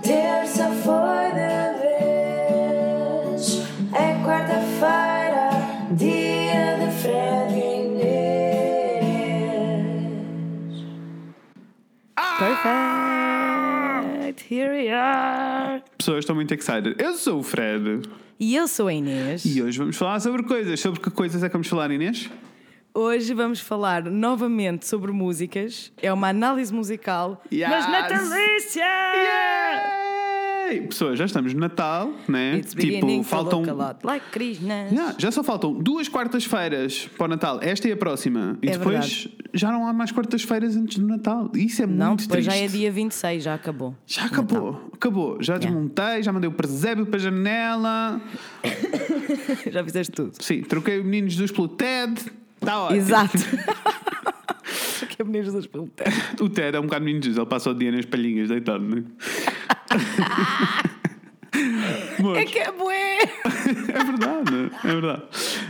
Speaker 3: terça foi de vez, é quarta-feira, dia de Fred e Inês.
Speaker 2: Perfect. Here we
Speaker 1: Ah!
Speaker 2: are.
Speaker 1: Pessoas estão muito excited. Eu sou o Fred
Speaker 2: E eu sou a Inês.
Speaker 1: e hoje vamos falar sobre coisas. Sobre que coisas é que vamos falar, Inês?
Speaker 2: Hoje vamos falar novamente sobre músicas. É uma análise musical.
Speaker 1: Yes.
Speaker 2: Mas natalícia!
Speaker 1: Yay! Pessoas, já estamos no Natal, né?
Speaker 2: It's beginning to
Speaker 1: faltam.
Speaker 2: look a lot like Krishna.
Speaker 1: Yeah, já só faltam duas quartas-feiras para o Natal. Esta e a próxima. E
Speaker 2: É
Speaker 1: depois já não há mais quartas-feiras antes do Natal. Isso é
Speaker 2: Não,
Speaker 1: muito
Speaker 2: depois
Speaker 1: triste.
Speaker 2: já é dia 26, já acabou.
Speaker 1: Já acabou, acabou. Já
Speaker 2: Yeah.
Speaker 1: desmontei, já mandei o presépio para a janela.
Speaker 2: já fizeste tudo.
Speaker 1: Sim, troquei o menino Jesus pelo Ted. Está ótimo.
Speaker 2: Exato. que é meninas das perguntas.
Speaker 1: O Ted é um bocado menino Jesus, ele passa o dia nas palhinhas deitado, né? Mas-
Speaker 2: É que é bué.
Speaker 1: É verdade, é verdade.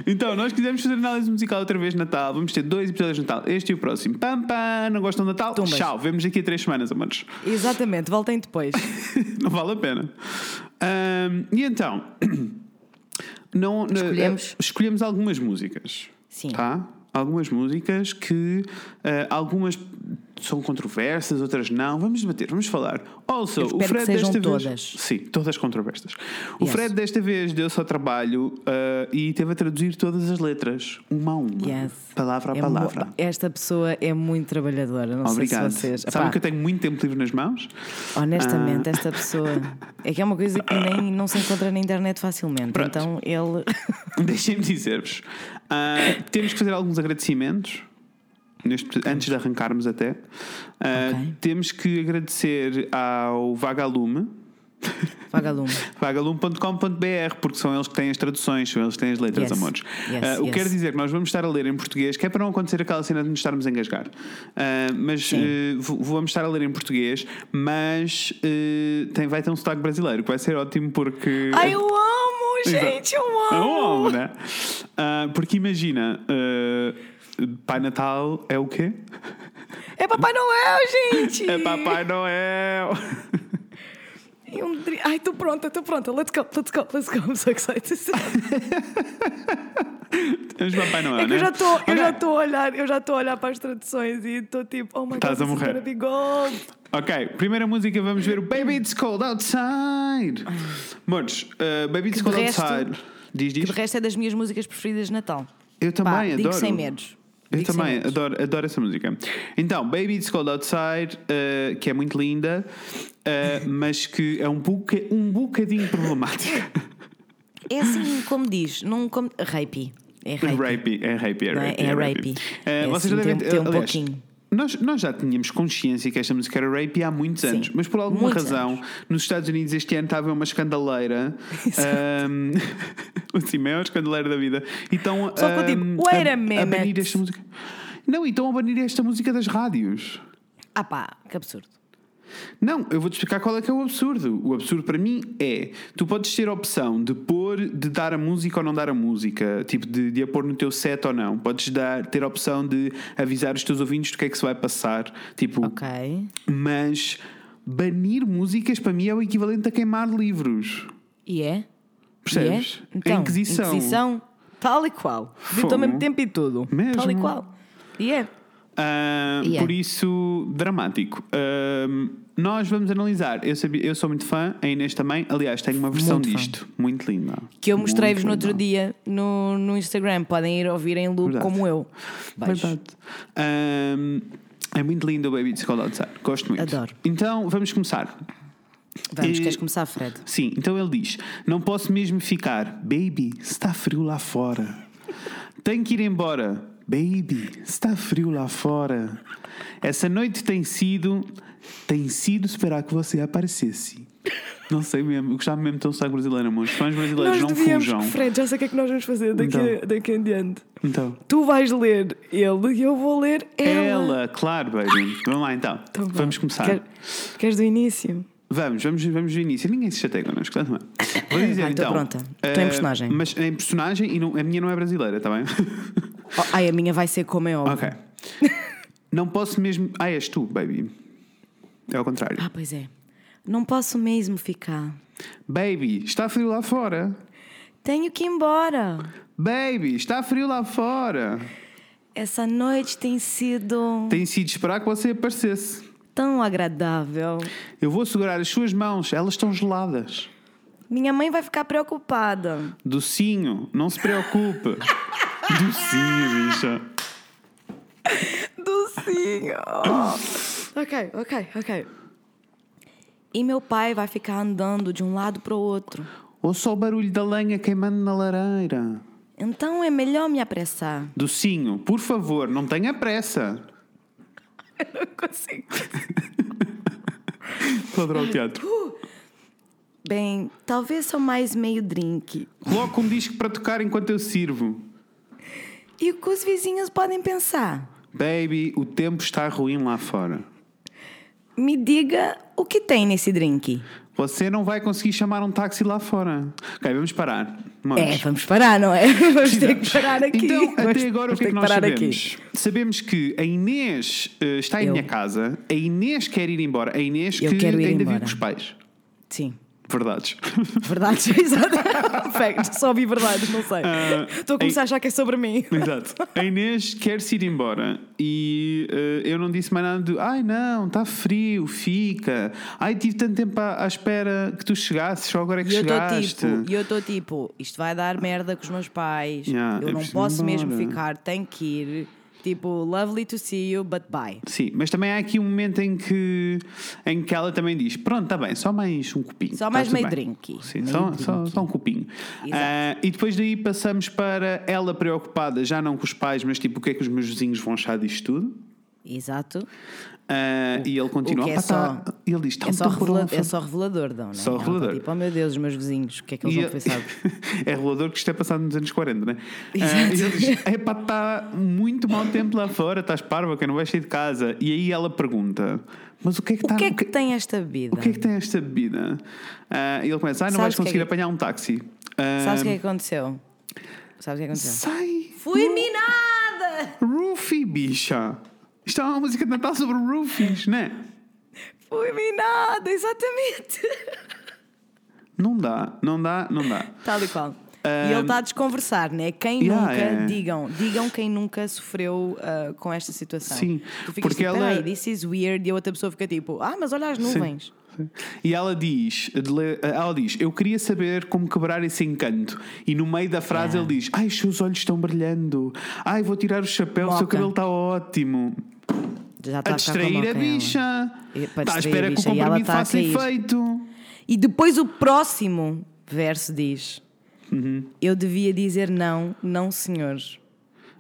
Speaker 1: Então, nós quisemos fazer análise musical outra vez de Natal. Vamos ter dois episódios de Natal, este e o próximo. Pam, pam, não gostam de Natal?
Speaker 2: Tumbas.
Speaker 1: Tchau, vemos daqui a três semanas, amados.
Speaker 2: Exatamente, voltem depois.
Speaker 1: Não vale a pena. Ahm, e então, não, não-
Speaker 2: Escolhemos?
Speaker 1: escolhemos algumas músicas.
Speaker 2: Sim.
Speaker 1: Tá? Algumas músicas que ah, algumas são controversas, outras não. Vamos debater, vamos falar. Also,
Speaker 2: Eu espero
Speaker 1: o Fred
Speaker 2: que sejam
Speaker 1: desta
Speaker 2: todas.
Speaker 1: vez. Sim, todas controversas. O
Speaker 2: Yes.
Speaker 1: Fred desta vez deu-se ao trabalho ah, e teve a traduzir todas as letras, uma a uma.
Speaker 2: Yes.
Speaker 1: Palavra a
Speaker 2: É
Speaker 1: palavra.
Speaker 2: mu- Esta pessoa é muito trabalhadora, não
Speaker 1: Obrigado.
Speaker 2: sei se vocês.
Speaker 1: Sabem
Speaker 2: Epá,
Speaker 1: que eu tenho muito tempo livre nas mãos?
Speaker 2: Honestamente, esta pessoa é que é uma coisa que nem não se encontra na internet facilmente.
Speaker 1: Pronto.
Speaker 2: Então ele.
Speaker 1: Deixem-me dizer-vos. ah, temos que fazer alguns agradecimentos. neste- antes de arrancarmos até, Ah,
Speaker 2: Ok.
Speaker 1: temos que agradecer ao Vagalume,
Speaker 2: Vagalume.
Speaker 1: vagalume.com.br, porque são eles que têm as traduções, são eles que têm as letras,
Speaker 2: Yes.
Speaker 1: amores.
Speaker 2: Yes,
Speaker 1: Ah, O
Speaker 2: yes.
Speaker 1: que quer dizer que nós vamos estar a ler em português, que é para não acontecer aquela cena de nos estarmos a engasgar. Ah, mas eh, v- vamos estar a ler em português, mas eh, tem, vai ter um sotaque brasileiro, que vai ser ótimo porque.
Speaker 2: Ai, eu amo, gente, eu
Speaker 1: É
Speaker 2: amo.
Speaker 1: um homem, né? Ah, porque imagina, ah, Pai Natal é o quê?
Speaker 2: É Papai Noel, gente.
Speaker 1: É Papai Noel!
Speaker 2: E um dri- Ai, estou pronta, estou pronta. Let's go, let's go, let's go. I'm so excited.
Speaker 1: Temos Papai Noel,
Speaker 2: É que
Speaker 1: né?
Speaker 2: eu já estou,
Speaker 1: Ok.
Speaker 2: eu já estou a olhar, eu já estou a olhar para as traduções e estou tipo, oh my
Speaker 1: Estás a
Speaker 2: god, this is
Speaker 1: morrer.
Speaker 2: gonna be gold.
Speaker 1: Ok, primeira música vamos ver o Baby It's Cold Outside! Mores, ah, Baby It's
Speaker 2: de
Speaker 1: Cold
Speaker 2: resto-
Speaker 1: Outside. Diz,
Speaker 2: Que de
Speaker 1: diz.
Speaker 2: resto é das minhas músicas preferidas de Natal.
Speaker 1: Eu também
Speaker 2: Pá,
Speaker 1: adoro.
Speaker 2: digo sem medos.
Speaker 1: Eu
Speaker 2: Digo sem
Speaker 1: também
Speaker 2: medos.
Speaker 1: adoro, adoro essa música. Então, Baby It's Cold Outside, ah, que é muito linda, ah, mas que é um, boca, um bocadinho problemática.
Speaker 2: É assim como diz, não como. Rapey. É
Speaker 1: É
Speaker 2: rapey.
Speaker 1: rapey, é rapey, é
Speaker 2: Não é?
Speaker 1: rapey.
Speaker 2: É
Speaker 1: rapey.
Speaker 2: rapey.
Speaker 1: Eh,
Speaker 2: É
Speaker 1: vocês
Speaker 2: assim,
Speaker 1: devem
Speaker 2: tem- tem um
Speaker 1: aliás,
Speaker 2: pouquinho.
Speaker 1: Nós, nós já tínhamos consciência que esta música era rapey há muitos
Speaker 2: Sim,
Speaker 1: anos, mas por alguma
Speaker 2: muitos
Speaker 1: razão, nos Estados Unidos este ano estava uma escandaleira. ehm, ahm, assim, maior escandaleira da vida. Então,
Speaker 2: Só que eu digo, wait a
Speaker 1: a
Speaker 2: minute.
Speaker 1: banir esta música. Não, então a banir esta música das rádios.
Speaker 2: Ah pá, que absurdo.
Speaker 1: Não, eu vou-te explicar qual é que é o absurdo. O absurdo para mim é: tu podes ter a opção de pôr, de dar a música ou não dar a música, tipo de, de a pôr no teu set ou não. Podes dar, ter a opção de avisar os teus ouvintes do que é que se vai passar. Tipo,
Speaker 2: Ok.
Speaker 1: mas banir músicas para mim é o equivalente a queimar livros.
Speaker 2: E é?
Speaker 1: Percebes?
Speaker 2: E é? Então,
Speaker 1: a Inquisição.
Speaker 2: Inquisição, tal e qual. Dito ao
Speaker 1: Fogo.
Speaker 2: mesmo tempo e tudo.
Speaker 1: Mesmo.
Speaker 2: Tal e qual. E é.
Speaker 1: Ah,
Speaker 2: Yeah.
Speaker 1: Por isso, dramático. Ahm, nós vamos analisar. Eu, sabia- eu sou muito fã, a Inês também. Aliás, tenho uma versão
Speaker 2: Muito fã.
Speaker 1: disto. Muito linda.
Speaker 2: Que eu mostrei-vos
Speaker 1: Muito
Speaker 2: no outro
Speaker 1: linda.
Speaker 2: dia no, no Instagram. Podem ir ouvir em loop
Speaker 1: Verdade.
Speaker 2: como eu. Baixo.
Speaker 1: Verdade. Ahm, é muito lindo o Baby It's Cold Outside. Gosto muito.
Speaker 2: Adoro.
Speaker 1: Então, vamos começar.
Speaker 2: Vamos,
Speaker 1: E-
Speaker 2: queres começar, Fred?
Speaker 1: Sim, então ele diz: Não posso mesmo ficar. Baby, está frio lá fora. Tenho que ir embora. Baby, está frio lá fora. Essa noite tem sido. Tem sido esperar que você aparecesse. Não sei mesmo, eu gostava mesmo de ter um sotaque brasileiro, mas os fãs brasileiros
Speaker 4: Nós
Speaker 1: não
Speaker 4: devíamos,
Speaker 1: fujam.
Speaker 4: Fred, já sei o que é que nós vamos fazer daqui, a-
Speaker 1: Então.
Speaker 4: daqui em diante.
Speaker 1: Então.
Speaker 4: Tu vais ler ele e eu vou ler ela.
Speaker 1: Ela, claro, baby. Vamos lá então.
Speaker 4: Então vá.
Speaker 1: Vamos começar.
Speaker 4: Quer- queres do início?
Speaker 1: Vamos, vamos, vamos do início. Ninguém se chateia connosco, claro, não é? Vou dizer
Speaker 2: Ah, tô
Speaker 1: então.
Speaker 2: pronta. Tô em
Speaker 1: eh,
Speaker 2: personagem.
Speaker 1: Mas em personagem e não- a minha não é brasileira, está bem?
Speaker 2: Oh, ai, a minha vai ser como é óbvio.
Speaker 1: ok. não posso mesmo. Ah, és tu, baby. É ao contrário.
Speaker 2: Ah, pois é. Não posso mesmo ficar.
Speaker 1: Baby, está frio lá fora.
Speaker 2: Tenho que ir embora.
Speaker 1: Baby, está frio lá fora.
Speaker 2: Essa noite tem sido
Speaker 1: Tem sido esperar que você aparecesse.
Speaker 2: tão agradável.
Speaker 1: Eu vou segurar as suas mãos, elas estão geladas.
Speaker 2: Minha mãe vai ficar preocupada.
Speaker 1: Docinho, não se preocupe. Docinho, bicha.
Speaker 4: Docinho! ok, ok, ok.
Speaker 2: E meu pai vai ficar andando de um lado para o outro.
Speaker 1: Ouça o barulho da lenha queimando na lareira.
Speaker 2: Então é melhor me apressar.
Speaker 1: Docinho, por favor, não tenha pressa.
Speaker 4: Não consigo.
Speaker 1: Estou a adorar o teatro.
Speaker 2: Bem, talvez sou mais meio drink.
Speaker 1: Coloque um disco para tocar enquanto eu sirvo.
Speaker 2: E o que os vizinhos podem pensar?
Speaker 1: Baby, o tempo está ruim lá fora.
Speaker 2: Me diga o que tem nesse drink.
Speaker 1: Você não vai conseguir chamar um táxi lá fora. Ok, vamos parar. Vamos.
Speaker 2: É, vamos parar, não é? Vamos ter que parar aqui.
Speaker 1: Então,
Speaker 2: Vamos-
Speaker 1: até agora o
Speaker 2: vamos
Speaker 1: que é
Speaker 2: ter
Speaker 1: que nós
Speaker 2: parar
Speaker 1: sabemos? Sabemos que a Inês eh, está em
Speaker 2: Eu.
Speaker 1: minha casa, a Inês quer ir embora, a Inês
Speaker 2: Eu
Speaker 1: que
Speaker 2: quero ir
Speaker 1: ainda vive
Speaker 2: embora.
Speaker 1: com os pais.
Speaker 2: Sim.
Speaker 1: Verdades.
Speaker 2: Verdade, exato.
Speaker 4: Perfeito, só ouvi verdades, não sei.
Speaker 1: Ah,
Speaker 4: Estou a começar a achar que é sobre mim.
Speaker 1: Exato. A Inês quer-se ir embora e eh, eu não disse mais nada do ai não, está frio, fica. Ai, tive tanto tempo à, à espera que tu chegasses, só agora é que
Speaker 2: E eu estou
Speaker 1: chegaste.
Speaker 2: tipo, e eu estou tipo, isto vai dar merda com os meus pais.
Speaker 1: Yeah,
Speaker 2: eu
Speaker 1: é
Speaker 2: não
Speaker 1: preciso ir
Speaker 2: posso mesmo
Speaker 1: embora.
Speaker 2: ficar, tenho que ir. Tipo, lovely to see you, but bye.
Speaker 1: Sim, mas também há aqui um momento em que, em que ela também diz: Pronto, está bem, só mais um copinho.
Speaker 2: Só
Speaker 1: tá
Speaker 2: mais
Speaker 1: tudo
Speaker 2: meio
Speaker 1: bem."
Speaker 2: drink.
Speaker 1: Sim, só, Só, só um copinho.
Speaker 2: Exato.
Speaker 1: Ah, e depois daí passamos para ela preocupada, já não com os pais, mas tipo, o que é que os meus vizinhos vão achar disto tudo?
Speaker 2: Exato.
Speaker 1: Ah, e ele continua
Speaker 2: o que é
Speaker 1: "Pá, tá."
Speaker 2: só-
Speaker 1: E ele diz: Está
Speaker 2: É só,
Speaker 1: muito bom lá
Speaker 2: revela-
Speaker 1: fora."
Speaker 2: é só revelador, não, né?
Speaker 1: Só
Speaker 2: Ela tá
Speaker 1: revelador.
Speaker 2: Tipo, oh meu Deus, os meus vizinhos, o que é que eles
Speaker 1: E
Speaker 2: vão
Speaker 1: ele-
Speaker 2: pensar?
Speaker 1: é revelador que isto é passado nos anos 40, né? é?
Speaker 2: Exato.
Speaker 1: é pá, está muito mau tempo lá fora, estás parva, que não vais sair de casa. E aí ela pergunta: Mas o que é que
Speaker 2: O
Speaker 1: está
Speaker 2: que é que tem esta bebida?
Speaker 1: O que é que tem esta bebida? Ah, e ele começa, ah, não
Speaker 2: Sabes
Speaker 1: vais
Speaker 2: o que é
Speaker 1: conseguir
Speaker 2: que-
Speaker 1: apanhar um táxi. Ah,
Speaker 2: Sabes o que é que aconteceu? Sabes o que é que aconteceu?
Speaker 1: Sai!
Speaker 2: Fui minada!
Speaker 1: Roofie, bicha! Isto é uma música de Natal sobre roofies, não é?
Speaker 2: Fui minada, exatamente!
Speaker 1: Não dá, não dá, não dá.
Speaker 2: Tal e qual. E ele está a desconversar, né? Quem
Speaker 1: Yeah,
Speaker 2: nunca,
Speaker 1: é.
Speaker 2: digam, digam quem nunca sofreu ah, com esta situação.
Speaker 1: Sim,
Speaker 2: tu ficas
Speaker 1: porque
Speaker 2: tipo,
Speaker 1: ela-
Speaker 2: "Peraí, this is weird, e a outra pessoa fica tipo, ah, mas olha as nuvens.
Speaker 1: Sim. E ela diz, de le- ela diz, eu queria saber como quebrar esse encanto. E no meio da
Speaker 2: É.
Speaker 1: frase ele diz, ai, os seus olhos estão brilhando. Ai, vou tirar o chapéu, o seu
Speaker 2: Moca.
Speaker 1: cabelo está ótimo.
Speaker 2: Já está
Speaker 1: A distrair a
Speaker 2: ficar com moca ela.
Speaker 1: bicha.
Speaker 2: E-
Speaker 1: Está
Speaker 2: para
Speaker 1: à
Speaker 2: distrair a
Speaker 1: espera que o
Speaker 2: bicha. E ela
Speaker 1: compromisso
Speaker 2: está a
Speaker 1: faça
Speaker 2: cair.
Speaker 1: efeito.
Speaker 2: E depois o próximo verso diz:
Speaker 1: Uhum.
Speaker 2: Eu devia dizer não, não, senhor.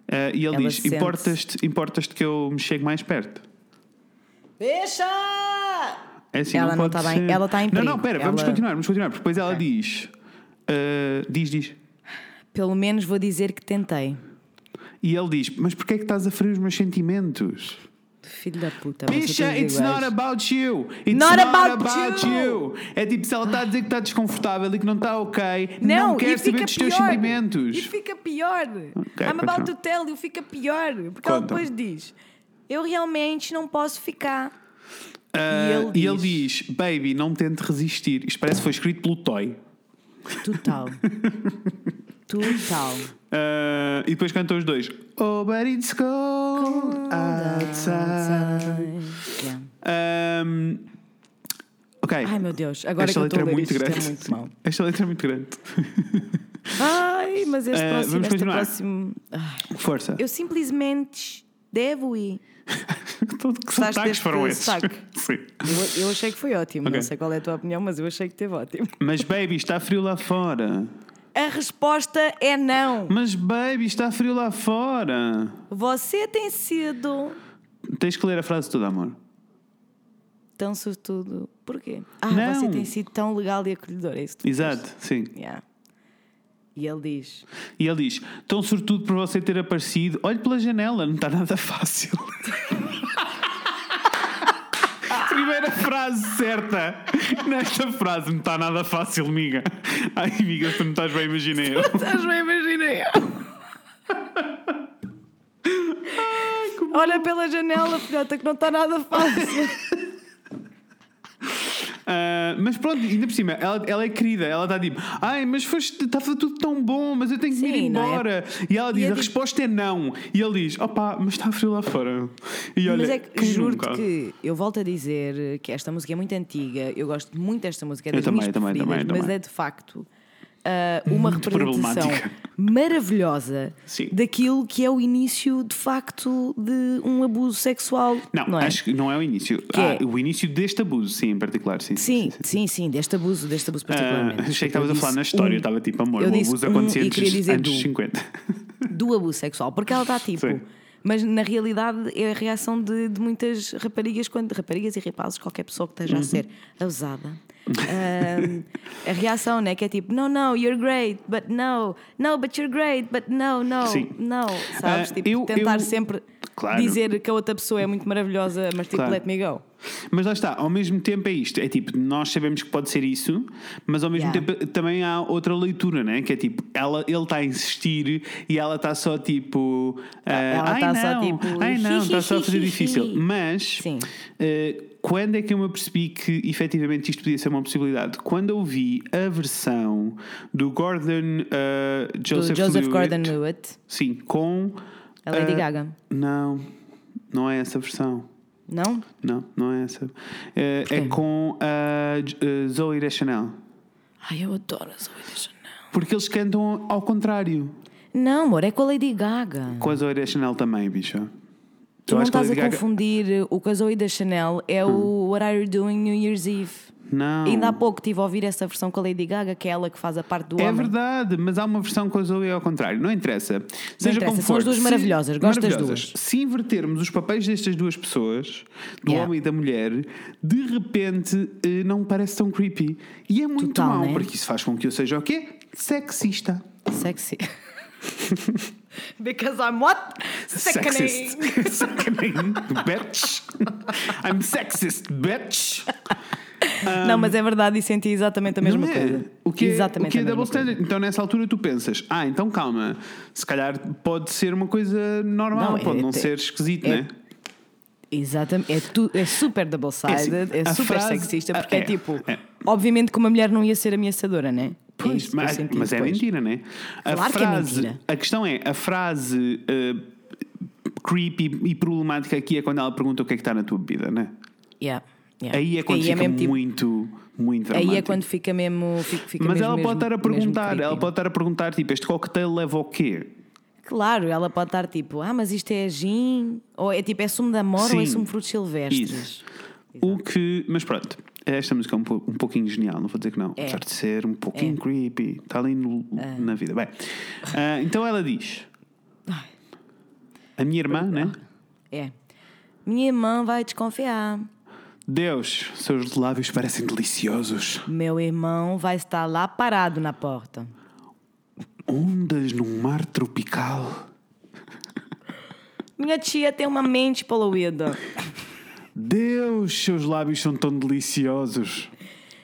Speaker 1: Eh, e ele
Speaker 2: Ela
Speaker 1: diz:
Speaker 2: sente-se.
Speaker 1: importas-te importas que eu me chegue mais perto?
Speaker 2: Deixa!
Speaker 1: É assim,
Speaker 2: Ela não
Speaker 1: pode
Speaker 2: está bem-
Speaker 1: ser.
Speaker 2: ela está em
Speaker 1: Não,
Speaker 2: perigo.
Speaker 1: não, pera, vamos
Speaker 2: Ela-
Speaker 1: continuar, vamos continuar. porque Depois ela diz: eh, diz, diz.
Speaker 2: Pelo menos vou dizer que tentei.
Speaker 1: E ele diz: mas porquê é que estás a ferir os meus sentimentos?
Speaker 2: Filho da puta. vocês
Speaker 1: Bicha,
Speaker 2: todos
Speaker 1: it's
Speaker 2: iguais.
Speaker 1: not about you. It's
Speaker 2: Not
Speaker 1: not,
Speaker 2: about
Speaker 1: about,
Speaker 2: you.
Speaker 1: you. É tipo, se ela está a dizer que está desconfortável e que não está ok,
Speaker 2: Não,
Speaker 1: não, quer
Speaker 2: e fica
Speaker 1: saber dos teus
Speaker 2: pior.
Speaker 1: sentimentos.
Speaker 2: E fica pior. I'm about
Speaker 1: continua.
Speaker 2: to tell you, fica pior. Porque ela
Speaker 1: Conta-me.
Speaker 2: depois diz: Eu realmente não posso ficar.
Speaker 1: Ah,
Speaker 2: e ele
Speaker 1: e ele diz: baby, não tente resistir. Isto parece que foi escrito pelo Toy.
Speaker 2: Total. Total.
Speaker 1: Ah, e depois cantam os dois. Oh, but it's cold outside.
Speaker 2: Yeah.
Speaker 1: Ahm, ok.
Speaker 2: Ai meu Deus, agora
Speaker 1: Esta
Speaker 2: que eu
Speaker 1: letra
Speaker 2: estou a
Speaker 1: é
Speaker 2: ler
Speaker 1: muito
Speaker 2: isto,
Speaker 1: grande.
Speaker 2: é muito mal.
Speaker 1: Esta letra é muito grande.
Speaker 2: Ai, mas este
Speaker 1: Eh,
Speaker 2: próximo,
Speaker 1: vamos
Speaker 2: este
Speaker 1: continuar.
Speaker 2: próximo. Ai,
Speaker 1: Força.
Speaker 2: eu simplesmente devo ir.
Speaker 1: Então, que
Speaker 2: Gostaste
Speaker 1: sotaques
Speaker 2: deste
Speaker 1: foram esses?
Speaker 2: sotaque?
Speaker 1: Sim.
Speaker 2: Eu, eu achei que foi ótimo.
Speaker 1: Ok.
Speaker 2: Não sei qual é a tua opinião, mas eu achei que teve ótimo.
Speaker 1: Mas, baby, está frio lá fora.
Speaker 2: A resposta é não.
Speaker 1: Mas, baby, está frio lá fora.
Speaker 2: Você tem sido
Speaker 1: Tens que ler a frase toda, amor.
Speaker 2: tão sortudo. Porquê? Ah,
Speaker 1: Não.
Speaker 2: você tem sido tão legal e acolhedor. É isso que tu
Speaker 1: Exato, sim.
Speaker 2: disseste. Yeah. E ele diz:
Speaker 1: E ele diz: Tão sortudo por você ter aparecido. Olhe pela janela, não está nada fácil. Primeira frase certa. Nesta frase não está nada fácil, amiga. Ai, amiga, se tu não estás bem, imaginei eu.
Speaker 4: Estás bem, imaginei. Olha pela janela, filhota, que não está nada fácil.
Speaker 1: Ah, mas pronto, ainda por cima, ela, ela é querida, ela está tipo, ai, mas foste, estava tudo tão bom, mas eu tenho que me ir
Speaker 2: Sim, não é?
Speaker 1: embora. E ela diz,
Speaker 2: eu
Speaker 1: a
Speaker 2: digo-
Speaker 1: resposta é não. E ele diz, opá, mas está frio lá fora. E olha,
Speaker 2: Mas é que
Speaker 1: quem
Speaker 2: juro-te
Speaker 1: nunca?
Speaker 2: que eu volto a dizer que esta música é muito antiga, eu gosto muito desta música, é das
Speaker 1: também,
Speaker 2: minhas
Speaker 1: também,
Speaker 2: preferidas,
Speaker 1: também,
Speaker 2: mas
Speaker 1: também.
Speaker 2: é de facto ah, uma representação
Speaker 1: problemática.
Speaker 2: maravilhosa
Speaker 1: Sim.
Speaker 2: daquilo que é o início de facto de um abuso sexual.
Speaker 1: Não,
Speaker 2: é?
Speaker 1: acho que não é o início. Ah,
Speaker 2: é?
Speaker 1: O início deste abuso, sim, em particular, sim.
Speaker 2: Sim, sim, sim, deste abuso, deste abuso particularmente.
Speaker 1: Ah, achei que
Speaker 2: Eu
Speaker 1: estavas a falar
Speaker 2: disse
Speaker 1: na história,
Speaker 2: um-
Speaker 1: eu estava tipo, amor,
Speaker 2: eu
Speaker 1: o
Speaker 2: disse
Speaker 1: abuso
Speaker 2: um
Speaker 1: acontecia
Speaker 2: e queria
Speaker 1: antes,
Speaker 2: dizer
Speaker 1: antes
Speaker 2: do. um.
Speaker 1: dos 50.
Speaker 2: do abuso sexual, porque ela está tipo.
Speaker 1: Sim.
Speaker 2: Mas na realidade é a reação de, de muitas raparigas, quando raparigas e rapazes, qualquer pessoa que
Speaker 1: Uhum.
Speaker 2: esteja a ser abusada. Ahm, a reação, né? Que é tipo, no, no, you're great, but no, no, but you're great, but no, no,
Speaker 1: Sim.
Speaker 2: no. Sabes?
Speaker 1: Ah,
Speaker 2: tipo,
Speaker 1: eu-
Speaker 2: tentar
Speaker 1: eu-
Speaker 2: sempre
Speaker 1: Claro.
Speaker 2: dizer que a outra pessoa é muito maravilhosa, mas tipo,
Speaker 1: Claro.
Speaker 2: let me go.
Speaker 1: Mas lá está, ao mesmo tempo é isto. É tipo, nós sabemos que pode ser isso, mas ao mesmo
Speaker 2: Yeah.
Speaker 1: tempo também há outra leitura, né? Que é tipo, ela, ele está a insistir e ela está só tipo. ah,
Speaker 2: ela
Speaker 1: ai,
Speaker 2: tá
Speaker 1: não,
Speaker 2: só, tipo,
Speaker 1: ai não,
Speaker 2: hi,
Speaker 1: está
Speaker 2: hi,
Speaker 1: só a fazer
Speaker 2: hi, hi,
Speaker 1: difícil.
Speaker 2: hi.
Speaker 1: Mas.
Speaker 2: Sim.
Speaker 1: eh, quando é que eu me apercebi que efetivamente isto podia ser uma possibilidade? Quando eu vi a versão do Gordon eh,
Speaker 2: Do
Speaker 1: Joseph,
Speaker 2: Joseph
Speaker 1: Lewitt,
Speaker 2: Gordon Lewitt,
Speaker 1: Sim, com.
Speaker 2: a Lady
Speaker 1: eh,
Speaker 2: Gaga.
Speaker 1: Não, não é essa versão.
Speaker 2: Não?
Speaker 1: Não, não é essa. É, é
Speaker 2: Quem?
Speaker 1: com a J- a Zoe Deschanel.
Speaker 2: Ai, eu adoro a Zoe Deschanel.
Speaker 1: Porque eles cantam ao contrário.
Speaker 2: Não, amor, é com a Lady Gaga.
Speaker 1: Com a Zoe Deschanel também, bicho.
Speaker 2: Tu não estás a confundir o Casou e da Chanel é o What Are You Doing New Year's Eve.
Speaker 1: Hum. Não.
Speaker 2: Ainda há pouco estive a ouvir essa versão com a Lady Gaga, que é ela que faz a parte do
Speaker 1: É
Speaker 2: homem.
Speaker 1: verdade, mas há uma versão com a Zoe ao contrário. Não interessa. Seja
Speaker 2: interessa,
Speaker 1: como
Speaker 2: são
Speaker 1: for,
Speaker 2: as duas
Speaker 1: se-
Speaker 2: maravilhosas, gosto das
Speaker 1: maravilhosas. Se invertermos os papéis destas duas pessoas, do
Speaker 2: Yeah.
Speaker 1: homem e da mulher, de repente eh, não me parece tão creepy. E é muito
Speaker 2: Total,
Speaker 1: mau,
Speaker 2: né?
Speaker 1: porque isso faz com que eu seja o quê? Sexista.
Speaker 2: Sexy.
Speaker 4: Because I'm what?
Speaker 1: Sexist. Sickening, bitch. I'm sexist, bitch.
Speaker 2: não, mas é verdade e senti exatamente a mesma
Speaker 1: Não é?
Speaker 2: coisa.
Speaker 1: O que é,
Speaker 2: exatamente
Speaker 1: o que é
Speaker 2: a
Speaker 1: double
Speaker 2: mesma coisa.
Speaker 1: standard? Então nessa altura tu pensas, ah, então calma, se calhar pode ser uma coisa normal,
Speaker 2: Não, é-
Speaker 1: pode não
Speaker 2: é-
Speaker 1: ser esquisito,
Speaker 2: é-
Speaker 1: né?
Speaker 2: Exatamente. É, tu- é super double-sided,
Speaker 1: É
Speaker 2: é,
Speaker 1: assim, a
Speaker 2: super
Speaker 1: frase-
Speaker 2: sexista,
Speaker 1: ah,
Speaker 2: porque é,
Speaker 1: é,
Speaker 2: tipo,
Speaker 1: é.
Speaker 2: obviamente que uma mulher não ia ser ameaçadora, né? é?
Speaker 1: Pois,
Speaker 2: isso que eu
Speaker 1: mas,
Speaker 2: senti
Speaker 1: mas é
Speaker 2: depois.
Speaker 1: mentira, né? A
Speaker 2: Claro que é
Speaker 1: frase,
Speaker 2: mentira.
Speaker 1: A questão é, a frase eh, creepy e problemática aqui é quando ela pergunta o que é que está na tua bebida, né?
Speaker 2: Yeah, yeah.
Speaker 1: Aí é
Speaker 2: Porque
Speaker 1: quando fica
Speaker 2: mesmo tipo-
Speaker 1: muito, muito dramático.
Speaker 2: Aí é quando fica mesmo. Fica, fica
Speaker 1: Mas
Speaker 2: mesmo-
Speaker 1: ela pode
Speaker 2: mesmo-
Speaker 1: estar a
Speaker 2: mesmo
Speaker 1: perguntar, ela
Speaker 2: creepy.
Speaker 1: pode estar a perguntar, tipo, este cocktail leva o quê?
Speaker 2: Claro, ela pode estar tipo, ah, mas isto é gin, ou é tipo, é sumo da mora ou é
Speaker 1: Sim.
Speaker 2: sumo de frutos silvestres.
Speaker 1: Isso. O que. Mas pronto, esta música é um, pou- um pouquinho genial, não vou dizer que não.
Speaker 2: É.
Speaker 1: Apesar de ser um pouquinho
Speaker 2: É.
Speaker 1: creepy. Está ali no- na vida. Bem, ah, então ela diz. A minha irmã, né?
Speaker 2: É. Minha irmã vai desconfiar,
Speaker 1: Deus, seus lábios parecem deliciosos.
Speaker 2: meu irmão vai estar lá parado na porta.
Speaker 1: Ondas num mar tropical.
Speaker 2: Minha tia tem uma mente poluída.
Speaker 1: Deus, seus lábios são tão deliciosos.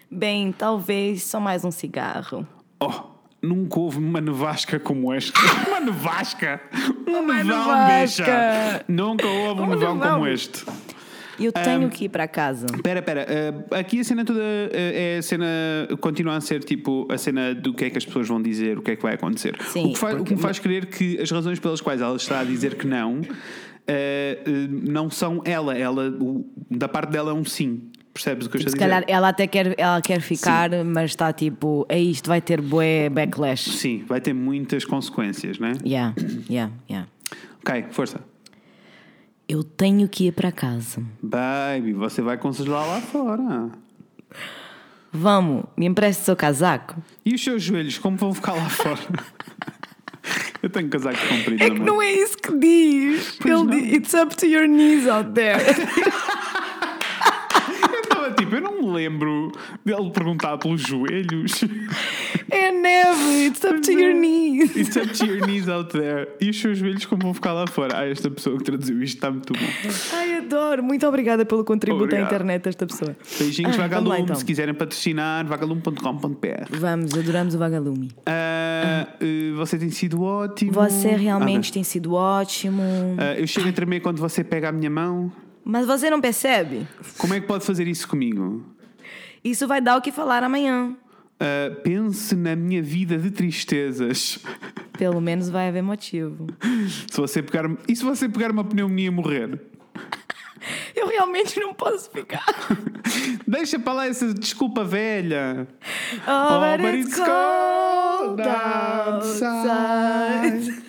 Speaker 2: Bem, talvez só mais um cigarro.
Speaker 1: Oh, nunca houve uma nevasca como esta. uma nevasca? Um
Speaker 2: Uma
Speaker 1: nevão,
Speaker 2: nevasca!
Speaker 1: bicha. Nunca houve um,
Speaker 2: Um
Speaker 1: nevão,
Speaker 2: nevão.
Speaker 1: como este.
Speaker 2: Eu tenho que ir para casa.
Speaker 1: Pera, pera. eh, aqui a cena toda eh, é a cena. Continua a ser tipo a cena do que é que as pessoas vão dizer, o que é que vai acontecer.
Speaker 2: Sim,
Speaker 1: o, que faz, o que me faz crer que as razões pelas quais ela está a dizer que não eh, eh, não são ela. ela o- da parte dela é um sim. Percebes o que eu estou a
Speaker 2: Se
Speaker 1: dizer?
Speaker 2: calhar ela até quer, ela quer ficar, mas está tipo, é isto, vai ter bué backlash.
Speaker 1: Sim, vai ter muitas consequências, né?
Speaker 2: Yeah, yeah, yeah.
Speaker 1: Ok, força.
Speaker 2: Eu tenho que ir para casa.
Speaker 1: Baby, você vai congelar lá fora.
Speaker 2: Vamos, me empreste o seu casaco.
Speaker 1: E os seus joelhos, como vão ficar lá fora? Eu tenho casaco comprido.
Speaker 4: É que
Speaker 1: amor.
Speaker 4: não é isso que diz. Ele diz: It's up to your knees out there.
Speaker 1: Eu estava tipo, eu não me lembro dele perguntar pelos joelhos.
Speaker 4: É neve. It's up to your knees.
Speaker 1: It's up to your knees out there. E os seus joelhos, como vão ficar lá fora? Ah, esta pessoa que traduziu isto está muito bom.
Speaker 4: Ai, adoro. Muito obrigada pelo contributo à
Speaker 1: Obrigado.
Speaker 4: internet desta pessoa.
Speaker 1: Beijinhos,
Speaker 2: Ah,
Speaker 1: Vagalume.
Speaker 2: vamos lá, então.
Speaker 1: Se quiserem patrocinar, vagalume.com.br.
Speaker 2: Vamos, adoramos o vagalume.
Speaker 4: Hum,
Speaker 1: Ah, eh, você tem sido ótimo.
Speaker 2: Você
Speaker 1: Ah,
Speaker 2: realmente
Speaker 1: não.
Speaker 2: tem sido ótimo.
Speaker 1: Ah, eu chego a tremer quando você pega a minha mão.
Speaker 2: Mas você não percebe?
Speaker 1: Como é que pode fazer isso comigo?
Speaker 2: Isso vai dar o que falar amanhã.
Speaker 1: Ah, pense na minha vida de tristezas.
Speaker 2: Pelo menos vai haver motivo.
Speaker 1: Se você pegar e se você pegar uma pneumonia e morrer?
Speaker 4: Eu realmente não posso ficar.
Speaker 1: Deixa para lá essa desculpa velha.
Speaker 4: Oh,
Speaker 1: but it's cold outside.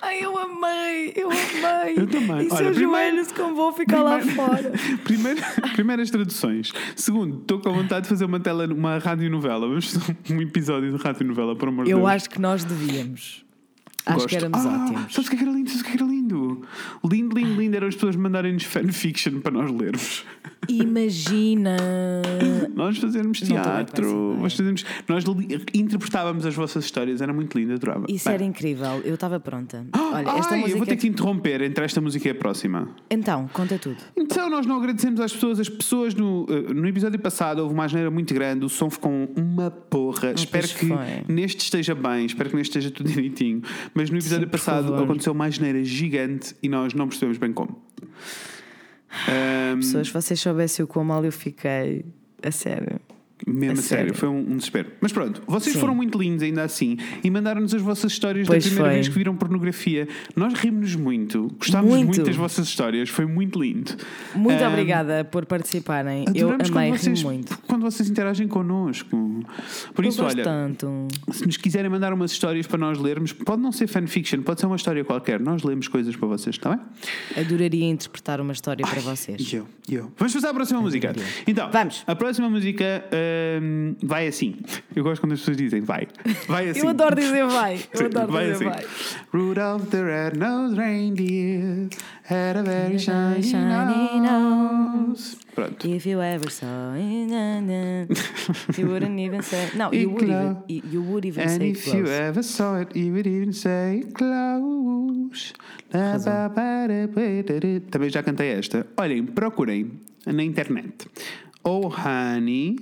Speaker 4: Ai, eu amei, eu amei.
Speaker 1: Eu também.
Speaker 4: E
Speaker 1: Olha,
Speaker 4: seus
Speaker 1: primeiro-
Speaker 4: joelhos como vão ficar lá fora.
Speaker 1: Primeiro, primeiras traduções. Segundo, estou com vontade de fazer uma, tele, uma radionovela. Vamos fazer um episódio de radionovela, por amor de Deus.
Speaker 2: Eu acho que nós devíamos. Acho
Speaker 1: Gosto.
Speaker 2: que éramos
Speaker 1: Ah,
Speaker 2: ótimos.
Speaker 1: Sabes o que é que era lindo? Sabes o que é que era lindo? Lindo, lindo, lindo eram as pessoas mandarem-nos fanfiction para nós lermos.
Speaker 2: Imagina.
Speaker 1: Nós fazermos
Speaker 2: Não tô bem com essa
Speaker 1: teatro.
Speaker 2: ideia.
Speaker 1: Nós, fazermos, nós li- interpretávamos as vossas histórias. Era muito lindo, adorava.
Speaker 2: Isso
Speaker 1: Bem.
Speaker 2: era incrível. Eu estava pronta.
Speaker 1: Ah,
Speaker 2: Olha, esta
Speaker 1: ai,
Speaker 2: música.
Speaker 1: eu vou ter que te interromper entre esta música e a próxima.
Speaker 2: Então, conta tudo.
Speaker 1: Então, nós não agradecemos às pessoas. As pessoas no, eh, no episódio passado houve uma asneira muito grande, o som ficou uma porra. Espero
Speaker 2: pois
Speaker 1: que
Speaker 2: foi.
Speaker 1: neste esteja bem, espero que neste esteja tudo direitinho. Mas no episódio
Speaker 2: por
Speaker 1: passado
Speaker 2: favor.
Speaker 1: aconteceu uma asneira gigante e nós não percebemos bem como. Ahm,
Speaker 2: Pessoas, vocês soubessem o quão mal eu fiquei. A sério.
Speaker 1: mesmo a
Speaker 2: a
Speaker 1: sério,
Speaker 2: sério.
Speaker 1: foi um, um desespero. Mas pronto, vocês
Speaker 2: Sim.
Speaker 1: foram muito lindos ainda assim e mandaram-nos as vossas histórias
Speaker 2: Pois
Speaker 1: da primeira
Speaker 2: foi.
Speaker 1: vez que viram pornografia. Nós rimos-nos muito, gostámos muito.
Speaker 2: Muito.
Speaker 1: das vossas histórias, foi muito lindo.
Speaker 2: Muito
Speaker 1: Ahm,
Speaker 2: obrigada por participarem. Eu
Speaker 1: Adoramos
Speaker 2: amei,
Speaker 1: quando vocês,
Speaker 2: ri muito.
Speaker 1: quando vocês interagem connosco. Por
Speaker 2: Eu
Speaker 1: isso,
Speaker 2: gosto
Speaker 1: olha,
Speaker 2: tanto.
Speaker 1: se nos quiserem mandar umas histórias para nós lermos, pode não ser fanfiction, pode ser uma história qualquer. Nós lemos coisas para vocês, está bem?
Speaker 2: Adoraria interpretar uma história para vocês.
Speaker 1: E eu, e eu. Vamos passar à próxima música. Então,
Speaker 2: Vamos.
Speaker 1: A próxima música hum, vai assim. Eu gosto quando as pessoas dizem vai. Vai assim.
Speaker 4: Eu adoro dizer vai. Eu
Speaker 1: Sim,
Speaker 4: adoro
Speaker 1: vai
Speaker 4: dizer
Speaker 1: assim.
Speaker 4: vai.
Speaker 1: Rudolph the Red-Nosed Reindeer had a very shiny,
Speaker 2: Shiny
Speaker 1: nose. Pronto.
Speaker 2: If you ever saw it, na, na, you wouldn't even say. No, you would even, you would even
Speaker 1: And
Speaker 2: say
Speaker 1: if you
Speaker 2: close.
Speaker 1: ever saw it, you would even say close. Da, ba, ba, da, ba, da, da. Também já cantei esta. Olhem, procurem na internet. Oh Honey.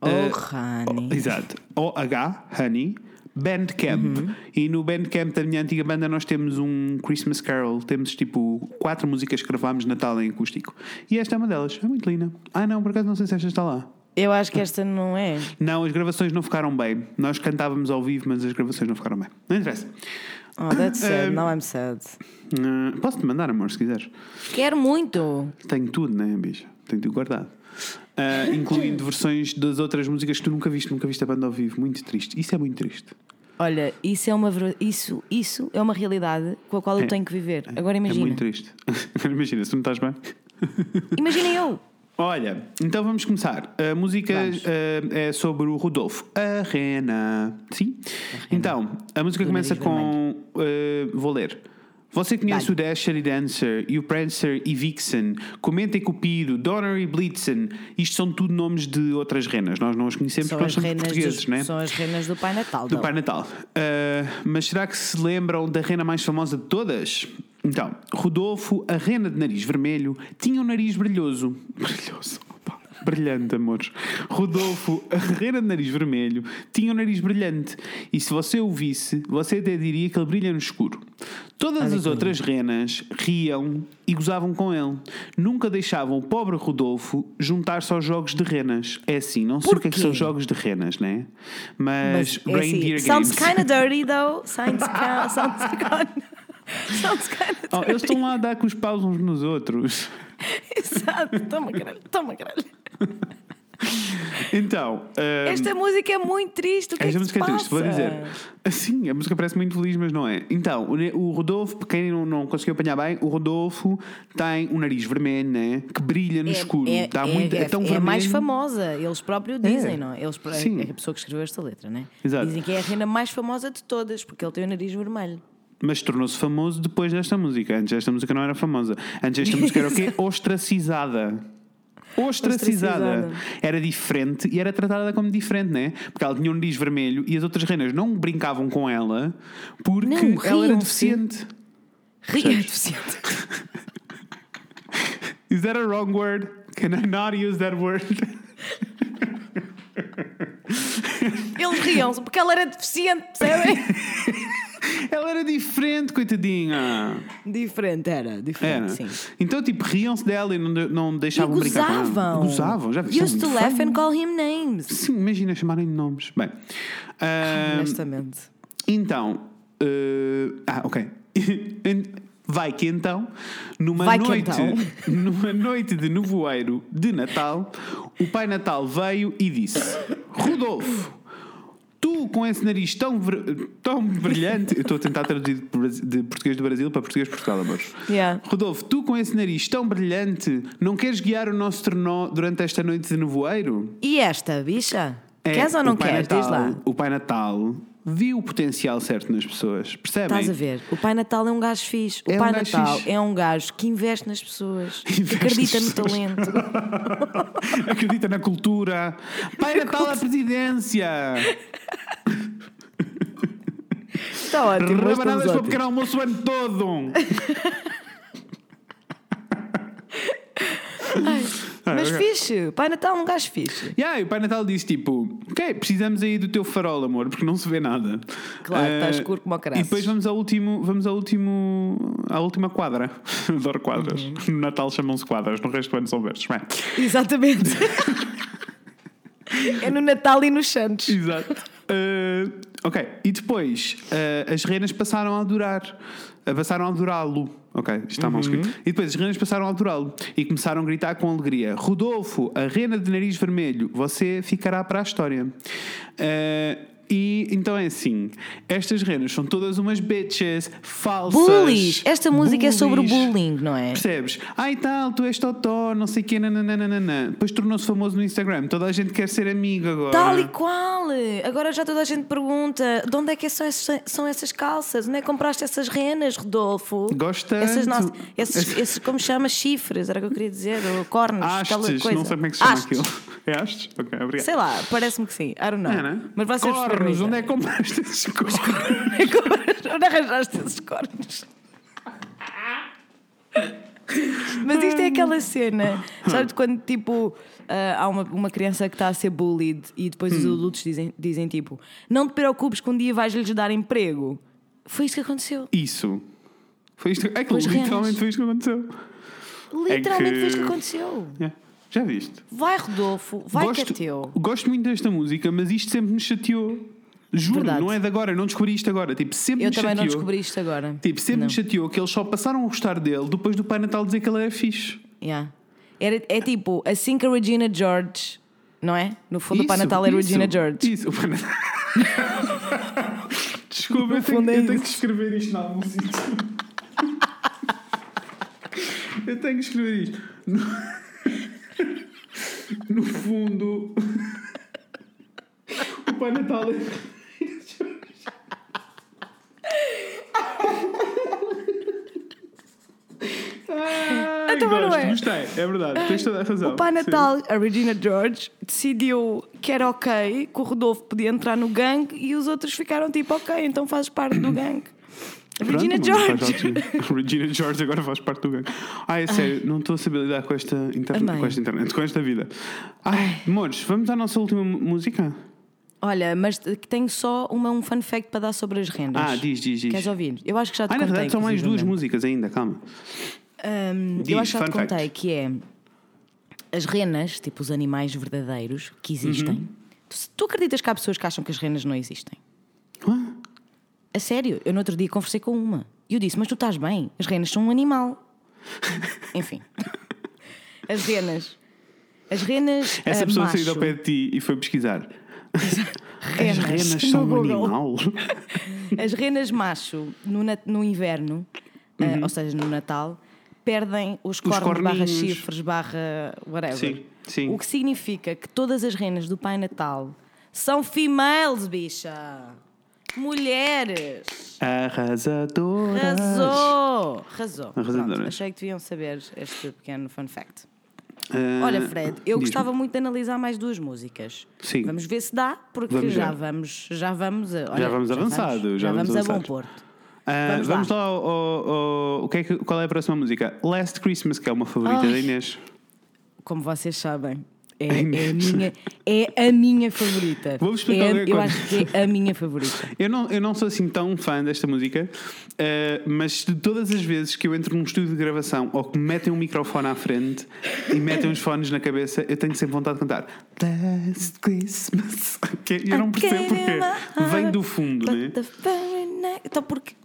Speaker 2: Oh,
Speaker 1: eh,
Speaker 2: honey.
Speaker 1: oh, exato. OH Honey. Bandcamp. E no Bandcamp da minha antiga banda nós temos um Christmas Carol. Temos tipo quatro músicas que gravámos de Natal em acústico. E esta é uma delas. É muito linda. Ah, não, por acaso não sei se esta está lá.
Speaker 2: Eu acho que esta não é.
Speaker 1: Não, as gravações não ficaram bem. Nós cantávamos ao vivo, mas as gravações não ficaram bem. Não interessa.
Speaker 2: Oh, that's
Speaker 1: Um,
Speaker 2: sad. Now I'm sad.
Speaker 1: Ah, Posso-te mandar, amor, se quiseres.
Speaker 2: Quero muito.
Speaker 1: Tenho tudo, né, bicho? Tenho tudo guardado. Ah, incluindo versões das outras músicas que tu nunca viste, nunca viste a banda ao vivo. Muito triste. Isso é muito triste.
Speaker 2: Olha, isso é uma ver- isso isso é uma realidade com a qual eu tenho que viver. Agora
Speaker 1: É
Speaker 2: imagina.
Speaker 1: muito triste. Agora imagina, se tu não estás bem.
Speaker 2: Imagina eu.
Speaker 1: Olha, então vamos começar. A música
Speaker 2: Vamos.
Speaker 1: ah, é sobre o Rodolfo. A Rena. Sim? Então, a música
Speaker 2: Do
Speaker 1: começa
Speaker 2: nariz
Speaker 1: com. ah, vou ler. Você conhece o Dasher e Dancer e o Prancer e Vixen, Cometa e Cupido, Donner e Blitzen. Isto são tudo nomes de outras renas. Nós não as conhecemos
Speaker 2: São
Speaker 1: porque nós
Speaker 2: as,
Speaker 1: somos
Speaker 2: renas
Speaker 1: portugueses,
Speaker 2: dos-
Speaker 1: não é?
Speaker 2: são as renas do Pai Natal.
Speaker 1: Do
Speaker 2: não.
Speaker 1: Pai Natal. Ah, mas será que se lembram da rena mais famosa de todas? Então, Rodolfo, a rena de nariz vermelho, tinha um nariz brilhoso. Brilhoso. opa, Brilhante, amores. Rodolfo, a rena de nariz vermelho, tinha um nariz brilhante. E se você o visse, você até diria que ele brilha no escuro. Todas as outras renas riam e gozavam com ele. Nunca deixavam o pobre Rodolfo juntar-se aos jogos de renas. É assim, não sei o que é que
Speaker 2: Porquê?
Speaker 1: são jogos de renas, né? Mas. Mas
Speaker 2: é
Speaker 1: reindeer
Speaker 2: assim,
Speaker 1: games.
Speaker 2: Sounds kind of dirty though. Sounds kind sounds kind Sounds kind
Speaker 1: Oh, eles estão lá a dar com os paus uns nos outros.
Speaker 4: Exato. Toma, caralho. Toma, caralho.
Speaker 1: Então, ah,
Speaker 4: Esta música é muito triste. O que
Speaker 1: Esta
Speaker 4: é que se
Speaker 1: música é triste, vou
Speaker 4: passa?
Speaker 1: dizer. Sim, a música parece muito feliz, mas não é. Então, o Ne- o Rodolfo, para quem não, não conseguiu apanhar bem, o Rodolfo tem um nariz vermelho, né? Que brilha no escuro.
Speaker 2: É,
Speaker 1: Dá
Speaker 2: é-
Speaker 1: muito-
Speaker 2: é-
Speaker 1: é tão
Speaker 2: é a
Speaker 1: vermelho.
Speaker 2: mais famosa, eles próprios dizem,
Speaker 1: É.
Speaker 2: não? é? Eles,
Speaker 1: Sim.
Speaker 2: É a pessoa que escreveu esta letra, né?
Speaker 1: Exato.
Speaker 2: Dizem que é a reina mais famosa de todas, porque ele tem o nariz vermelho.
Speaker 1: Mas tornou-se famoso depois desta música. Antes esta música não era famosa. Antes esta música era o quê? Ostracizada. Ostracizada.
Speaker 4: Ostracizada.
Speaker 1: Era diferente e era tratada como diferente, né? Porque ela tinha um nariz vermelho e as outras reinas não brincavam com ela porque
Speaker 2: Não,
Speaker 1: ela era
Speaker 2: riam-se.
Speaker 1: deficiente.
Speaker 2: Ria é deficiente.
Speaker 1: Is that a wrong word? Can I not use that word?
Speaker 2: Eles riam-se porque ela era deficiente, percebem?
Speaker 1: Ela era diferente, coitadinha.
Speaker 2: diferente era, diferente,
Speaker 1: Era.
Speaker 2: sim.
Speaker 1: Então, tipo, riam-se dela e não, de- não
Speaker 2: E
Speaker 1: deixavam brincar com ela.
Speaker 2: gozavam.
Speaker 1: Gozavam, já viste? Isso
Speaker 2: Used
Speaker 1: é
Speaker 2: to
Speaker 1: muito
Speaker 2: laugh
Speaker 1: feio.
Speaker 2: and call him names.
Speaker 1: Sim, imagina chamarem de nomes. Bem, ah,
Speaker 2: Honestamente.
Speaker 1: então. eh, ah, ok. Vai que então, numa
Speaker 2: Vai que
Speaker 1: noite,
Speaker 2: então.
Speaker 1: numa noite de nevoeiro de Natal, o Pai Natal veio e disse: Rodolfo, tu com esse nariz tão, ver- tão brilhante, eu estou a tentar traduzir de Brasi- de português do Brasil para português de Portugal, amores.
Speaker 4: Yeah.
Speaker 1: Rodolfo, tu com esse nariz tão brilhante, não queres guiar o nosso trenó durante esta noite de nevoeiro?
Speaker 2: E esta, bicha?
Speaker 1: É,
Speaker 2: queres ou
Speaker 1: o
Speaker 2: não
Speaker 1: Pai
Speaker 2: queres?
Speaker 1: Natal-
Speaker 2: Diz lá.
Speaker 1: O Pai Natal viu o potencial certo nas pessoas, percebem?
Speaker 2: Estás a ver? O Pai Natal é um gajo fixe. O
Speaker 1: É um
Speaker 2: Pai
Speaker 1: gajo
Speaker 2: Natal
Speaker 1: fixe.
Speaker 2: é um gajo que investe nas pessoas, que
Speaker 1: Investe
Speaker 2: acredita
Speaker 1: nas
Speaker 2: no
Speaker 1: pessoas.
Speaker 2: talento.
Speaker 1: Acredita na cultura. Pai Natal à presidência.
Speaker 4: Está ótimo. hoje estamos
Speaker 1: Rebanadas para o
Speaker 4: ótimos.
Speaker 1: pequeno almoço o ano todo.
Speaker 4: Mas
Speaker 1: ok.
Speaker 4: fixe. Pai Natal é um gajo fixe.
Speaker 1: Yeah, e o Pai Natal disse tipo: Ok, precisamos aí do teu farol, amor, porque não se vê nada.
Speaker 4: Claro,
Speaker 1: Eh,
Speaker 4: está escuro como o caraças.
Speaker 1: E depois vamos ao último, vamos ao último, à última quadra. Adoro quadras.
Speaker 2: Uhum.
Speaker 1: No Natal chamam-se quadras, no resto do ano são versos. Bem,
Speaker 4: Exatamente. é no Natal e nos Santos.
Speaker 1: Exato. Eh, ok, e depois eh, as reinas passaram a adorar. eh, Passaram a adorá-lo. Ok, isto está mal escrito. E depois as reinas passaram a adorá-lo e começaram a gritar com alegria: Rodolfo, a reina de nariz vermelho, você ficará para a história. Eh, e então é assim: estas reinas são todas umas bitches falsas.
Speaker 2: Bullies! Esta música é sobre o
Speaker 1: bullies.
Speaker 2: bullying, não é?
Speaker 1: Percebes? Ai tal, tu és totó, não sei o quê, nananana. Depois tornou-se famoso no Instagram. Toda a gente quer ser amigo agora.
Speaker 2: Tal e qual! Agora já toda a gente pergunta: de onde é que são essas, são essas calças? Onde é que compraste essas renas, Rodolfo?
Speaker 1: Gosto
Speaker 2: Essas
Speaker 1: tanto.
Speaker 2: nossas- esses, esses, como chama? Chifres, era o que eu queria dizer, ou cornos, aquela
Speaker 1: Astes,
Speaker 2: coisa.
Speaker 1: não sei como é que se chama
Speaker 2: Hastes.
Speaker 1: aquilo. É astes? Ok, obrigado.
Speaker 2: Sei lá, parece-me que sim. I don't know.
Speaker 1: É, né?
Speaker 2: Mas vocês
Speaker 1: Cornos,
Speaker 2: perguntam.
Speaker 1: onde é que compraste esses cornos?
Speaker 2: é
Speaker 4: Onde arranjaste esses cornos? Mas isto é aquela cena, sabes, de quando tipo ah, há uma, uma criança que está a ser bullied e depois
Speaker 1: Hum.
Speaker 4: os adultos dizem, dizem tipo: Não te preocupes que um dia vais-lhes dar emprego.
Speaker 2: Foi isso que
Speaker 1: É
Speaker 2: aconteceu.
Speaker 1: Isso. Foi isto. É que
Speaker 2: Pois
Speaker 1: literalmente
Speaker 2: reais.
Speaker 1: foi isto que aconteceu.
Speaker 2: Literalmente
Speaker 1: que-
Speaker 2: foi isto que aconteceu.
Speaker 1: É. Já viste?
Speaker 2: Vai, Rodolfo, vai
Speaker 1: gosto,
Speaker 2: que é teu.
Speaker 1: gosto muito desta música, mas isto sempre me chateou. Juro,
Speaker 2: Verdade.
Speaker 1: não é de agora, eu não descobri isto agora. Tipo, sempre
Speaker 2: Eu
Speaker 1: me
Speaker 2: também
Speaker 1: chateou.
Speaker 2: não descobri isto agora.
Speaker 1: Tipo, sempre
Speaker 2: Não.
Speaker 1: me chateou que eles só passaram a gostar dele depois do Pai Natal dizer que ele era fixe.
Speaker 2: Yeah. Era, é tipo, assim que a Regina George, não é? No fundo, o Pai Natal é
Speaker 1: isso,
Speaker 2: Regina George.
Speaker 1: Isso, o Pai Natal. Desculpa, eu tenho,
Speaker 4: fundo é
Speaker 1: eu tenho
Speaker 4: isso.
Speaker 1: que escrever isto em algum sítio. eu tenho que escrever isto. No, no fundo, o Pai Natal é. Ai,
Speaker 4: Então, mas não
Speaker 1: gosto,
Speaker 4: é?
Speaker 1: Gostei, é verdade, tens toda a razão.
Speaker 4: O Pai
Speaker 1: Sim.
Speaker 4: Natal, a Regina George, decidiu que era ok, que o Rodolfo podia entrar no gangue e os outros ficaram tipo: Ok, então fazes parte do gangue.
Speaker 1: Pronto,
Speaker 4: Regina
Speaker 1: mas faz
Speaker 4: George!
Speaker 1: parte- Regina George agora faz parte do gangue. Ai, é sério, não estou a saber lidar com esta, internet,
Speaker 2: Amém.
Speaker 1: com esta internet, com esta vida. Ai, amores, vamos à nossa última mu- música?
Speaker 2: Olha, mas t- que tenho só uma, um fun fact para dar sobre as rendas.
Speaker 1: Ah, diz, diz, diz.
Speaker 2: Queres ouvir? Eu acho que já te
Speaker 1: Ah, na
Speaker 2: contei.
Speaker 1: verdade são mais duas
Speaker 2: inclusivamente.
Speaker 1: músicas ainda, calma.
Speaker 2: Hum,
Speaker 1: Diz,
Speaker 2: eu acho que já te
Speaker 1: fun fact.
Speaker 2: contei que é as renas, tipo os animais verdadeiros que existem.
Speaker 1: Uhum.
Speaker 2: Tu, tu acreditas que há pessoas que acham que as renas não existem?
Speaker 1: Ah,
Speaker 2: A sério, eu no outro dia conversei com uma e eu disse: Mas tu estás bem, as renas são um animal. Enfim, as renas As renas.
Speaker 1: Essa
Speaker 2: ah,
Speaker 1: pessoa
Speaker 2: macho.
Speaker 1: saiu do pé de ti e foi pesquisar.
Speaker 2: Renas.
Speaker 1: As renas
Speaker 2: No
Speaker 1: são um
Speaker 2: Google.
Speaker 1: animal.
Speaker 2: As renas macho, no, nat- no inverno, eh, ou seja, no Natal, perdem os cornos, barra
Speaker 1: Uhum. corninhos.
Speaker 2: chifres, barra whatever.
Speaker 1: Sim, sim.
Speaker 2: O que significa que todas as renas do Pai Natal são females, bicha. Mulheres.
Speaker 1: Arrasadoras.
Speaker 2: Razou. Razou.
Speaker 1: Arrasadoras.
Speaker 2: Pronto, achei que deviam saber este pequeno fun fact.
Speaker 1: Ah,
Speaker 2: Olha, Fred, eu
Speaker 1: diz-me.
Speaker 2: gostava muito de analisar mais duas músicas.
Speaker 1: Sim.
Speaker 2: Vamos ver se dá, porque
Speaker 1: Vamos
Speaker 2: já,
Speaker 1: ver.
Speaker 2: vamos, já vamos, a, olha,
Speaker 1: vamos avançado, já vamos
Speaker 2: a bom
Speaker 1: avançados.
Speaker 2: porto.
Speaker 1: Ah,
Speaker 2: vamos
Speaker 1: vamos,
Speaker 2: lá.
Speaker 1: lá, ao- ao- ao- o que é que- qual é a próxima música? Last Christmas, que é uma favorita
Speaker 2: Ai.
Speaker 1: da Inês.
Speaker 2: como vocês sabem, é, é a, minha, é a minha favorita.
Speaker 1: Vou-vos explicar
Speaker 2: É a-
Speaker 1: qualquer
Speaker 2: eu
Speaker 1: coisa.
Speaker 2: acho que é a minha favorita.
Speaker 1: Eu não, eu não sou assim tão fã desta música, eh, mas de todas as vezes que eu entro num estúdio de gravação ou que me metem um microfone à frente e metem uns fones na cabeça, eu tenho sempre vontade de cantar Last Christmas. Que eu não percebo porque vem do fundo, né?
Speaker 2: But the very night- Então, porque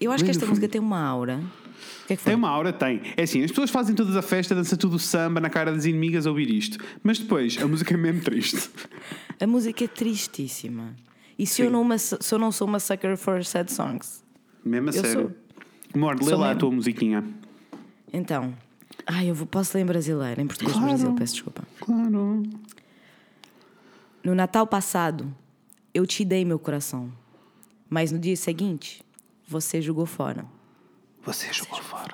Speaker 2: eu acho
Speaker 1: Vem
Speaker 2: que
Speaker 1: do
Speaker 2: esta
Speaker 1: fundo.
Speaker 2: música tem uma aura. O que é que foi?
Speaker 1: Tem uma aura, tem. É assim, as pessoas fazem toda a festa, dança tudo samba na cara das inimigas a ouvir isto. Mas depois, a música é mesmo triste.
Speaker 2: A música é tristíssima. E se eu, não uma- se eu não sou uma sucker for sad songs?
Speaker 1: Mesmo a
Speaker 2: Eu
Speaker 1: sério. Amor, lê
Speaker 2: sou
Speaker 1: lá a
Speaker 2: mesmo.
Speaker 1: tua musiquinha.
Speaker 2: Então, ai, eu vou, posso ler em brasileiro, em português
Speaker 1: Claro.
Speaker 2: brasileiro, peço desculpa.
Speaker 1: Claro.
Speaker 2: No Natal passado, eu te dei meu coração. Mas no dia seguinte, você jogou fora.
Speaker 1: Você jogou fora.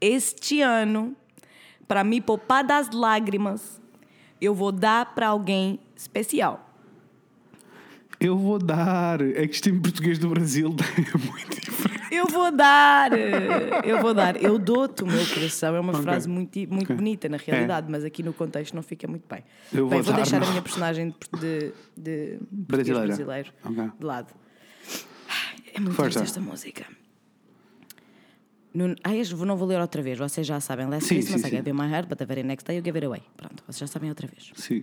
Speaker 2: este ano, para me poupar das lágrimas, eu vou dar para alguém especial.
Speaker 1: Eu vou dar. É que isto em português do Brasil é muito diferente.
Speaker 2: Eu vou dar, eh, eu vou dar, eu dou-te o meu coração. É uma
Speaker 1: Ok.
Speaker 2: frase muito, muito
Speaker 1: Ok. É.
Speaker 2: bonita na realidade, mas aqui no contexto não fica muito bem.
Speaker 1: Eu
Speaker 2: bem,
Speaker 1: vou
Speaker 2: vou
Speaker 1: dar,
Speaker 2: deixar
Speaker 1: não.
Speaker 2: a minha personagem de, de, de português
Speaker 1: Brasileira.
Speaker 2: brasileiro
Speaker 1: Ok.
Speaker 2: de lado. Ai, É muito
Speaker 1: Força.
Speaker 2: triste esta música. No, ai, eu não vou ler outra vez, vocês já sabem. Last
Speaker 1: Sim,
Speaker 2: Christmas
Speaker 1: sim,
Speaker 2: I
Speaker 1: sim.
Speaker 2: gave you my heart, but the very next day you gave it away. Pronto, vocês já sabem outra vez.
Speaker 1: Sim.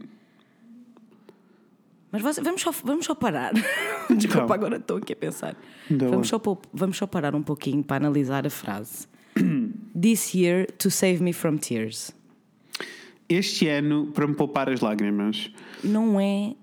Speaker 2: Mas você- vamos, só, vamos só parar.
Speaker 1: Então.
Speaker 2: Desculpa, agora estou aqui a pensar.
Speaker 1: Então,
Speaker 2: Vamos
Speaker 1: vai.
Speaker 2: só, pou- vamos só parar um pouquinho para analisar a frase. This year to save me from tears.
Speaker 1: Este ano, para me poupar as lágrimas,
Speaker 2: Não é.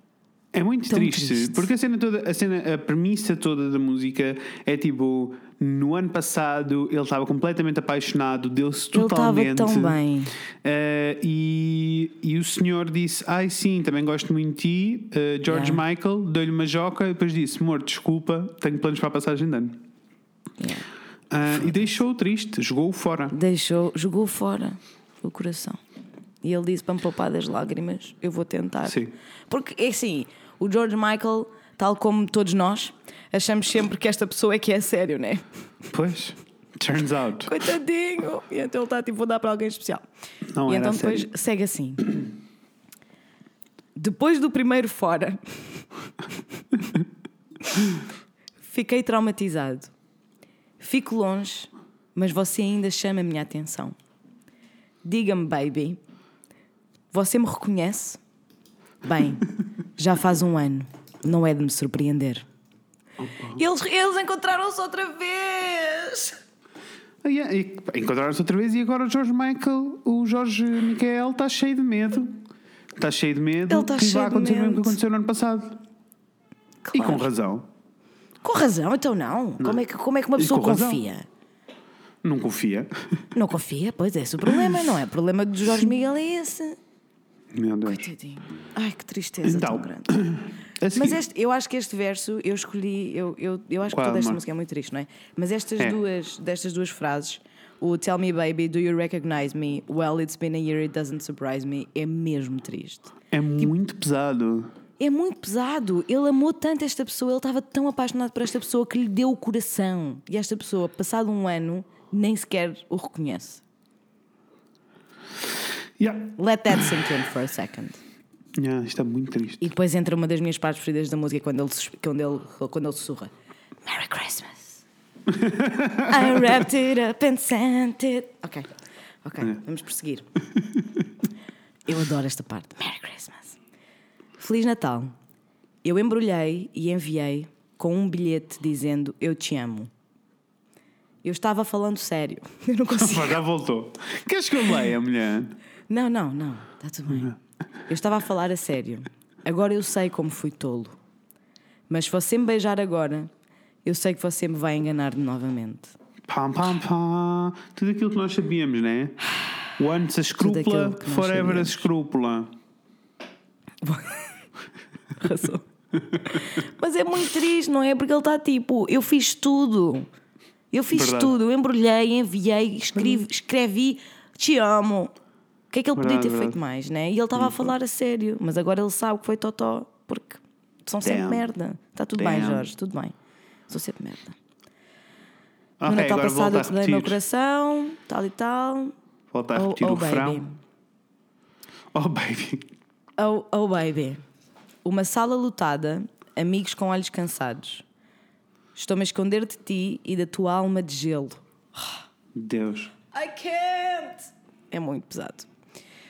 Speaker 1: é muito
Speaker 2: Tão
Speaker 1: triste,
Speaker 2: triste.
Speaker 1: Porque a cena toda, a cena, a premissa toda da música é tipo. No ano passado ele estava completamente apaixonado, deu-se
Speaker 2: Ele estava
Speaker 1: totalmente.
Speaker 2: tão bem.
Speaker 1: Eh, e, e o senhor disse: Ai sim, também gosto muito de ti. Eh, George
Speaker 2: Yeah.
Speaker 1: Michael deu-lhe uma joca e depois disse: Amor, desculpa, tenho planos para a passagem de ano. Ah, e deixou-o triste, jogou-o fora.
Speaker 2: Deixou, jogou fora o coração. E ele disse para me poupar das lágrimas, eu vou tentar.
Speaker 1: Sim.
Speaker 2: Porque é assim, o George Michael, tal como todos nós, achamos sempre que esta pessoa é que é sério, né?
Speaker 1: Pois, turns out.
Speaker 2: Coitadinho! E então ele está tipo, vou dar para alguém especial.
Speaker 1: Não
Speaker 2: e
Speaker 1: era
Speaker 2: então
Speaker 1: a
Speaker 2: depois
Speaker 1: sério.
Speaker 2: segue assim. Depois do primeiro fora, fiquei traumatizado. Fico longe, mas você ainda chama a minha atenção. Diga-me, baby, você me reconhece? Bem, já faz um ano, não é de me surpreender. Eles, eles encontraram-se outra vez!
Speaker 1: Ah, yeah, e Encontraram-se outra vez e agora o George Michael, o Jorge Michael, está cheio de medo. Está cheio de medo.
Speaker 2: Ele está
Speaker 1: que
Speaker 2: cheio
Speaker 1: vai
Speaker 2: de
Speaker 1: acontecer o mesmo que
Speaker 2: medo.
Speaker 1: aconteceu no ano passado. E com razão.
Speaker 2: Com razão, então não. Como, é que, como é que uma
Speaker 1: E
Speaker 2: pessoa
Speaker 1: com razão.
Speaker 2: confia?
Speaker 1: Não confia.
Speaker 2: Não confia? Pois é, esse o problema, não é? O problema do Jorge Miguel é esse.
Speaker 1: Meu Deus.
Speaker 2: Tadinho. Ai, que tristeza
Speaker 1: Então,
Speaker 2: tão grande.
Speaker 1: A seguir,
Speaker 2: Mas este- eu acho que este verso eu escolhi. Eu, eu, eu acho que
Speaker 1: Qual,
Speaker 2: toda esta
Speaker 1: amor?
Speaker 2: música é muito triste, não é? Mas estas
Speaker 1: É.
Speaker 2: duas, destas duas frases, o Tell Me Baby, Do You Recognize Me? Well, it's been a year, it doesn't surprise me, é mesmo triste.
Speaker 1: é muito pesado.
Speaker 2: É muito pesado. Ele amou tanto esta pessoa, ele estava tão apaixonado por esta pessoa que lhe deu o coração. E esta pessoa, passado um ano, nem sequer o reconhece.
Speaker 1: Yeah.
Speaker 2: Let that sink in for a second.
Speaker 1: Yeah, isto é muito triste.
Speaker 2: E depois entra uma das minhas partes preferidas da música quando ele, sus- quando ele, quando ele sussurra: Merry Christmas. I wrapped it up and sent it. Ok, ok, vamos prosseguir. Eu adoro esta parte. Merry Christmas. Feliz Natal. Eu embrulhei e enviei com um bilhete dizendo: Eu te amo. Eu estava falando sério. Eu não consigo.
Speaker 1: Pá, já voltou. Queres que eu leia, mulher?
Speaker 2: Não, não, não. Está tudo
Speaker 1: Uhum.
Speaker 2: bem. Eu estava a falar a sério. Agora eu sei como fui tolo. Mas se você me beijar agora, eu sei que você me vai enganar novamente.
Speaker 1: Pam, pam, pam. Tudo aquilo que nós sabíamos, né? Once a escrúpula,
Speaker 2: aquilo que nós
Speaker 1: forever a
Speaker 2: sabíamos.
Speaker 1: escrúpula.
Speaker 2: Razão.
Speaker 4: Mas é muito triste, não é? Porque ele
Speaker 2: tá
Speaker 4: está tipo, eu fiz tudo.
Speaker 2: Eu fiz
Speaker 1: Verdade. Uhum.
Speaker 2: tudo, eu embrulhei, enviei, escrevi, escrevi te amo.
Speaker 4: O que é que ele
Speaker 2: Podia
Speaker 1: Verdade, verdade.
Speaker 2: ter
Speaker 1: Uhum.
Speaker 2: feito mais, né? E ele estava a falar a sério, mas agora ele sabe que foi Totó, porque são sempre
Speaker 1: Damn.
Speaker 2: merda. Está tudo bem,
Speaker 1: Damn.
Speaker 2: Jorge, tudo bem. Sou sempre merda.
Speaker 1: Ah, Ok,
Speaker 2: No
Speaker 1: agora
Speaker 2: Natal tá passado
Speaker 1: volta a
Speaker 2: eu te dei meu
Speaker 1: repetir.
Speaker 2: coração, tal e tal.
Speaker 1: Volta a
Speaker 2: Oh,
Speaker 1: repetir
Speaker 2: oh,
Speaker 1: o refrão.
Speaker 2: baby.
Speaker 1: Oh, baby.
Speaker 2: Oh, oh baby. Uma sala lotada, amigos com olhos cansados. Estou-me a esconder de ti e da tua alma de gelo.
Speaker 1: Deus.
Speaker 2: I can't! É muito pesado.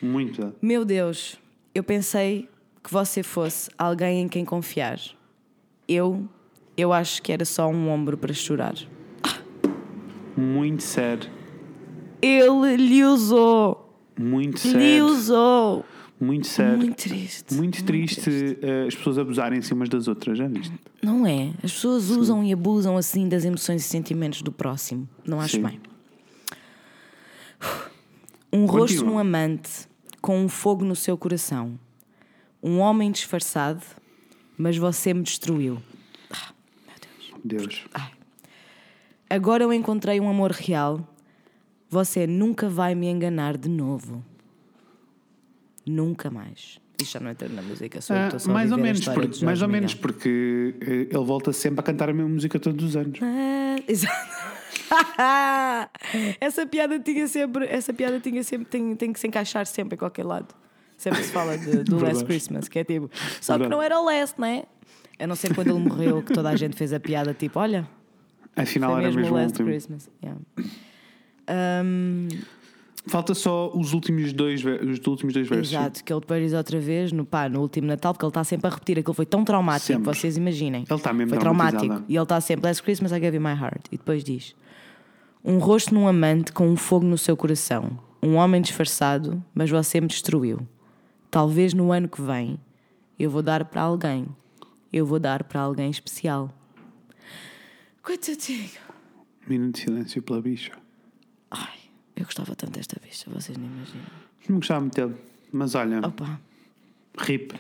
Speaker 1: Muito. pesado.
Speaker 2: Meu Deus, eu pensei que você fosse alguém em quem confiar. Eu, eu acho que era só um ombro para chorar.
Speaker 1: Muito sério.
Speaker 2: Ele lhe usou,
Speaker 1: Muito
Speaker 2: lhe
Speaker 1: sério.
Speaker 2: usou.
Speaker 1: Muito sério.
Speaker 2: Muito triste.
Speaker 1: Muito triste eh, as pessoas abusarem-se umas das outras, já viste?
Speaker 2: Não é? As pessoas usam e abusam assim das emoções e sentimentos do próximo. Não acho
Speaker 1: Sim.
Speaker 2: bem. Um rosto
Speaker 1: Continua.
Speaker 2: num amante com um fogo no seu coração. Um homem disfarçado, mas você me destruiu.
Speaker 1: Deus.
Speaker 2: Ah, Agora eu encontrei um amor real. Você nunca vai me enganar de novo. Nunca mais. Isto já não entra na música, só,
Speaker 1: Ah,
Speaker 2: estou só a
Speaker 1: mais ou
Speaker 2: viver a
Speaker 1: menos,
Speaker 2: história
Speaker 1: porque,
Speaker 2: de Jorge
Speaker 1: mais ou
Speaker 2: Miguel.
Speaker 1: menos porque eh, ele volta sempre a cantar a mesma música todos os anos.
Speaker 2: Ah, Exato.
Speaker 4: essa piada tinha sempre, essa piada tinha sempre, tem, tem que se encaixar sempre em qualquer lado. Sempre se fala de- do
Speaker 1: Verdade.
Speaker 4: Last Christmas, que é tipo, só
Speaker 1: Verdade.
Speaker 4: que não era o Last, né?
Speaker 2: A não ser quando ele morreu, que toda a gente fez a piada tipo: olha,
Speaker 1: Afinal,
Speaker 4: Foi
Speaker 1: era
Speaker 4: mesmo o
Speaker 1: mesmo o
Speaker 4: Last
Speaker 1: último.
Speaker 4: Christmas. Yeah.
Speaker 1: Falta só os últimos dois, ver- os últimos dois versos.
Speaker 2: exato, que ele depois diz outra vez no, pá, no último Natal, porque ele está sempre a repetir aquilo, foi tão traumático,
Speaker 1: Sempre.
Speaker 2: vocês imaginem.
Speaker 1: Ele está mesmo
Speaker 2: Foi
Speaker 1: traumatizado.
Speaker 2: traumático. E ele está sempre, Last Christmas I gave you my heart. E depois diz: Um rosto num amante com um fogo no seu coração. Um homem disfarçado, mas você me destruiu. Talvez no ano que vem eu vou dar para alguém. Eu vou dar para alguém especial.
Speaker 4: Coitadinho.
Speaker 1: Minuto de silêncio pela bicha.
Speaker 2: Ai, eu gostava tanto desta bicha, vocês nem imaginam.
Speaker 1: Não gostava muito dele, mas olha,
Speaker 2: Opa,
Speaker 1: rip.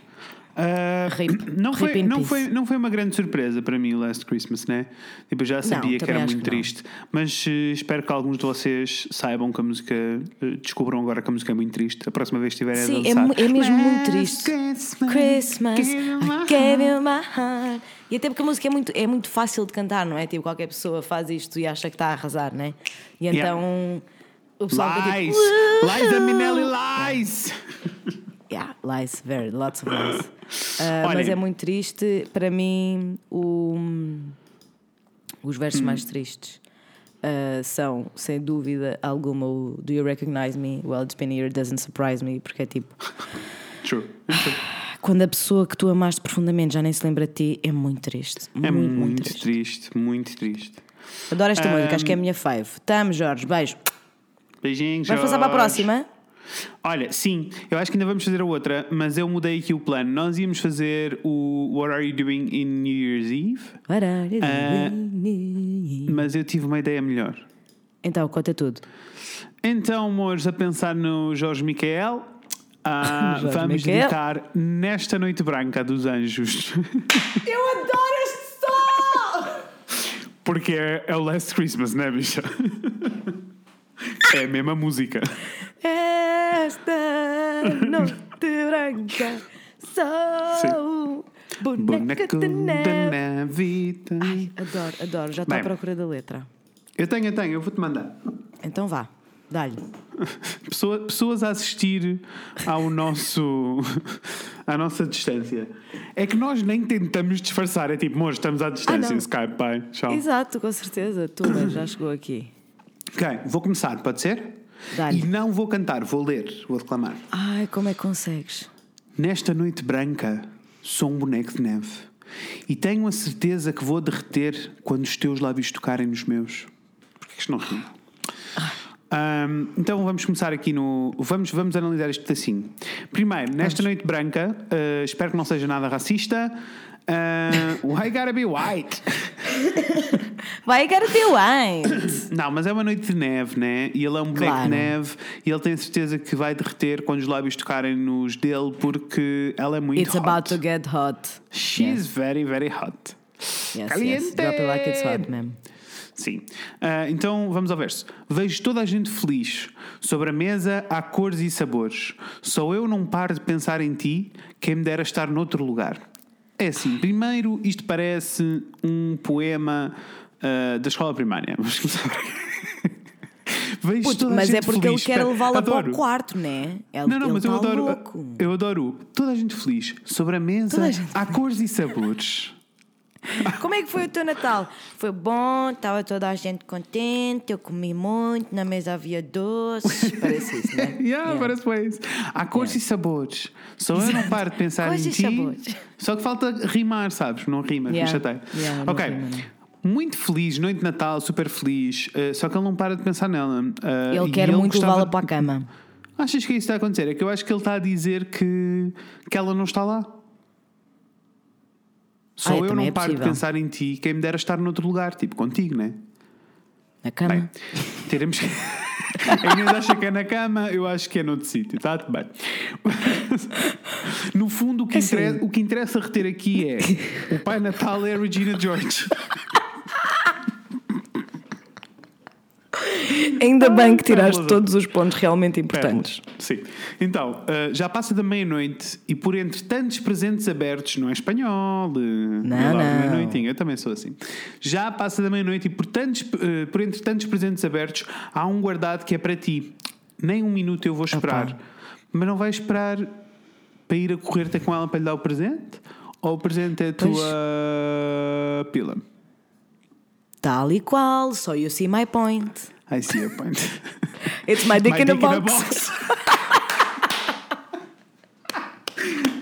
Speaker 1: Ah,
Speaker 2: Rip.
Speaker 1: Não,
Speaker 2: Rip
Speaker 1: foi,
Speaker 2: in
Speaker 1: não,
Speaker 2: peace.
Speaker 1: foi, não foi uma grande surpresa para mim o Last Christmas, né? Tipo, eu já sabia que
Speaker 2: também
Speaker 1: era
Speaker 2: acho
Speaker 1: muito
Speaker 2: que não.
Speaker 1: triste. Mas eh, espero que alguns de vocês saibam que a música. eh, descubram agora que a música é muito triste. A próxima vez que estiverem a
Speaker 2: Sim, é
Speaker 1: dançar.
Speaker 2: mu- é mesmo muito triste.
Speaker 1: Christmas.
Speaker 2: Christmas,
Speaker 1: give my
Speaker 2: I gave you my heart. E até porque a música é muito, é muito fácil de cantar, não é? Tipo, qualquer pessoa faz isto e acha que está a arrasar, não é? E
Speaker 1: Yeah.
Speaker 2: então o pessoal fica
Speaker 1: Lies!
Speaker 2: tipo.
Speaker 1: Lies da Minelli, lies!
Speaker 2: Yeah, lies, very, lots of lies. Ah,
Speaker 1: Olhem.
Speaker 2: mas é muito triste. Para mim, o- os versos
Speaker 1: Hum.
Speaker 2: mais tristes ah, são, sem dúvida alguma, o Do You Recognize Me? Well, It's Been a Year Doesn't Surprise Me, porque é tipo.
Speaker 1: True.
Speaker 2: Quando a pessoa que tu amaste profundamente já nem se lembra de ti, é muito triste.
Speaker 1: É
Speaker 2: muito,
Speaker 1: muito,
Speaker 2: muito, triste.
Speaker 1: triste, muito triste.
Speaker 2: Adoro esta
Speaker 1: Ahm.
Speaker 2: música, acho que é a minha fave. Tamo, Jorge, beijo.
Speaker 1: Beijinhos.
Speaker 2: Vamos passar para a
Speaker 1: Jorge.
Speaker 2: próxima?
Speaker 1: Olha, sim, eu acho que ainda vamos fazer a outra, mas eu mudei aqui o plano. Nós íamos fazer o What Are You Doing in New Year's Eve, Ah. mas eu tive uma ideia melhor.
Speaker 2: Então, conta tudo.
Speaker 1: Então, amores, a pensar no Jorge Micael, ah,
Speaker 2: Jorge
Speaker 1: vamos
Speaker 2: Micael.
Speaker 1: dedicar Nesta Noite Branca dos Anjos,
Speaker 4: Eu adoro este som!
Speaker 1: porque é, é o Last Christmas, né, bicha? É a mesma música.
Speaker 4: Esta noite branca sou boneca
Speaker 1: Boneco
Speaker 4: de
Speaker 1: da
Speaker 4: neve.
Speaker 1: Navita.
Speaker 2: Adoro, adoro, já estou
Speaker 1: Bem.
Speaker 2: à procura da letra.
Speaker 1: Eu tenho, eu tenho, eu vou-te mandar.
Speaker 2: Então vá, dá-lhe.
Speaker 1: Pessoa- pessoas a assistir ao nosso à nossa distância. É que nós nem tentamos disfarçar, é tipo, moço, estamos à distância,
Speaker 4: Ah, não.
Speaker 1: Skype, pai, tchau.
Speaker 4: Exato, com certeza. Tuba já chegou aqui.
Speaker 1: Ok, vou começar, pode ser?
Speaker 2: Dá-lhe.
Speaker 1: E não vou cantar, vou ler, vou declamar.
Speaker 2: Ai, como é que consegues?
Speaker 1: Nesta noite branca, sou um boneco de neve e tenho a certeza que vou derreter quando os teus lábios tocarem nos meus. que isto não rima. Ahm, então vamos começar aqui no. Vamos, vamos analisar este pedacinho. Primeiro, nesta noite branca, ah, espero que não seja nada racista. ah, why gotta be white?
Speaker 2: Vai, quero ter wine.
Speaker 1: Não, mas é uma noite de neve, né? E ele é um boneco
Speaker 2: Claro.
Speaker 1: de neve e ele tem certeza que vai derreter quando os lábios tocarem nos dele porque ela é muito
Speaker 2: It's
Speaker 1: hot.
Speaker 2: about to get hot.
Speaker 1: She's very, very hot.
Speaker 2: Yes,
Speaker 1: Caliente! é
Speaker 2: yes. Drop it like it's hot, mesmo.
Speaker 1: Sim. Ah, então vamos ao verso. Vejo toda a gente feliz. Sobre a mesa há cores e sabores. Só eu não paro de pensar em ti, quem me dera estar noutro lugar. É assim, primeiro isto parece um poema ah, da escola primária. Vamos começar. por aqui. Vejo
Speaker 2: Puto,
Speaker 1: toda a
Speaker 2: mas é
Speaker 1: gente
Speaker 2: porque
Speaker 1: feliz.
Speaker 2: ele quer
Speaker 1: Espera,
Speaker 2: levá-la para
Speaker 1: adoro.
Speaker 2: o quarto, né? Ele,
Speaker 1: Não, não,
Speaker 2: ele
Speaker 1: mas
Speaker 2: tá
Speaker 1: eu adoro. ah,
Speaker 2: Louco.
Speaker 1: Eu adoro. Toda a gente feliz. Sobre a mesa
Speaker 2: Toda a gente
Speaker 1: há cores e sabores.
Speaker 4: Como é que foi o teu Natal?
Speaker 3: Foi bom, estava toda a gente contente, eu comi muito, na mesa havia doces.
Speaker 2: Parece isso, né?
Speaker 1: Yeah, parece bem isso. Há cores e sabores. Só eu não paro de pensar
Speaker 3: Cores
Speaker 1: em
Speaker 3: e
Speaker 1: ti.
Speaker 3: sabores.
Speaker 1: Só que falta rimar, sabes? Não rima,
Speaker 2: Yeah.
Speaker 1: me chatei.
Speaker 2: Yeah, não
Speaker 1: ok.
Speaker 2: rima,
Speaker 1: Muito feliz, noite de Natal, super feliz. eh, só que ele não para de pensar nela. eh,
Speaker 2: Ele
Speaker 1: e
Speaker 2: quer muito
Speaker 1: gostava
Speaker 2: levá-la
Speaker 1: de-
Speaker 2: para a cama.
Speaker 1: Achas que isso está a acontecer? É que eu acho que ele está a dizer que, que ela não está lá. Só
Speaker 2: Ah,
Speaker 1: eu
Speaker 2: também
Speaker 1: não
Speaker 2: é
Speaker 1: paro de
Speaker 2: possível.
Speaker 1: pensar em ti, quem me dera estar noutro lugar, tipo contigo, né?
Speaker 2: Na cama.
Speaker 1: Bem, teremos que. A Inês acha que é na cama, eu acho que é noutro sítio, está tudo bem. No fundo, o que, interessa, o que interessa reter aqui é o Pai Natal é a Regina George.
Speaker 4: Ainda bem que tiraste
Speaker 1: Pérolas.
Speaker 4: todos os pontos realmente importantes.
Speaker 1: Pérolas. Sim. Então, ah, já passa da meia-noite e por entre tantos presentes abertos, não é espanhol, não,
Speaker 2: não.
Speaker 1: eu também sou assim. Já passa da meia-noite e por, tantos, ah, por entre tantos presentes abertos, há um guardado que é para ti. Nem um minuto eu vou esperar. Mas não vais esperar para ir a correr ter com ela para lhe dar o presente? Ou o presente é a tua pila?
Speaker 2: Tal e qual, só you see my point.
Speaker 1: I see your point.
Speaker 4: It's my dick,
Speaker 1: my
Speaker 4: in,
Speaker 1: dick
Speaker 4: a
Speaker 1: in a
Speaker 4: box.
Speaker 1: box.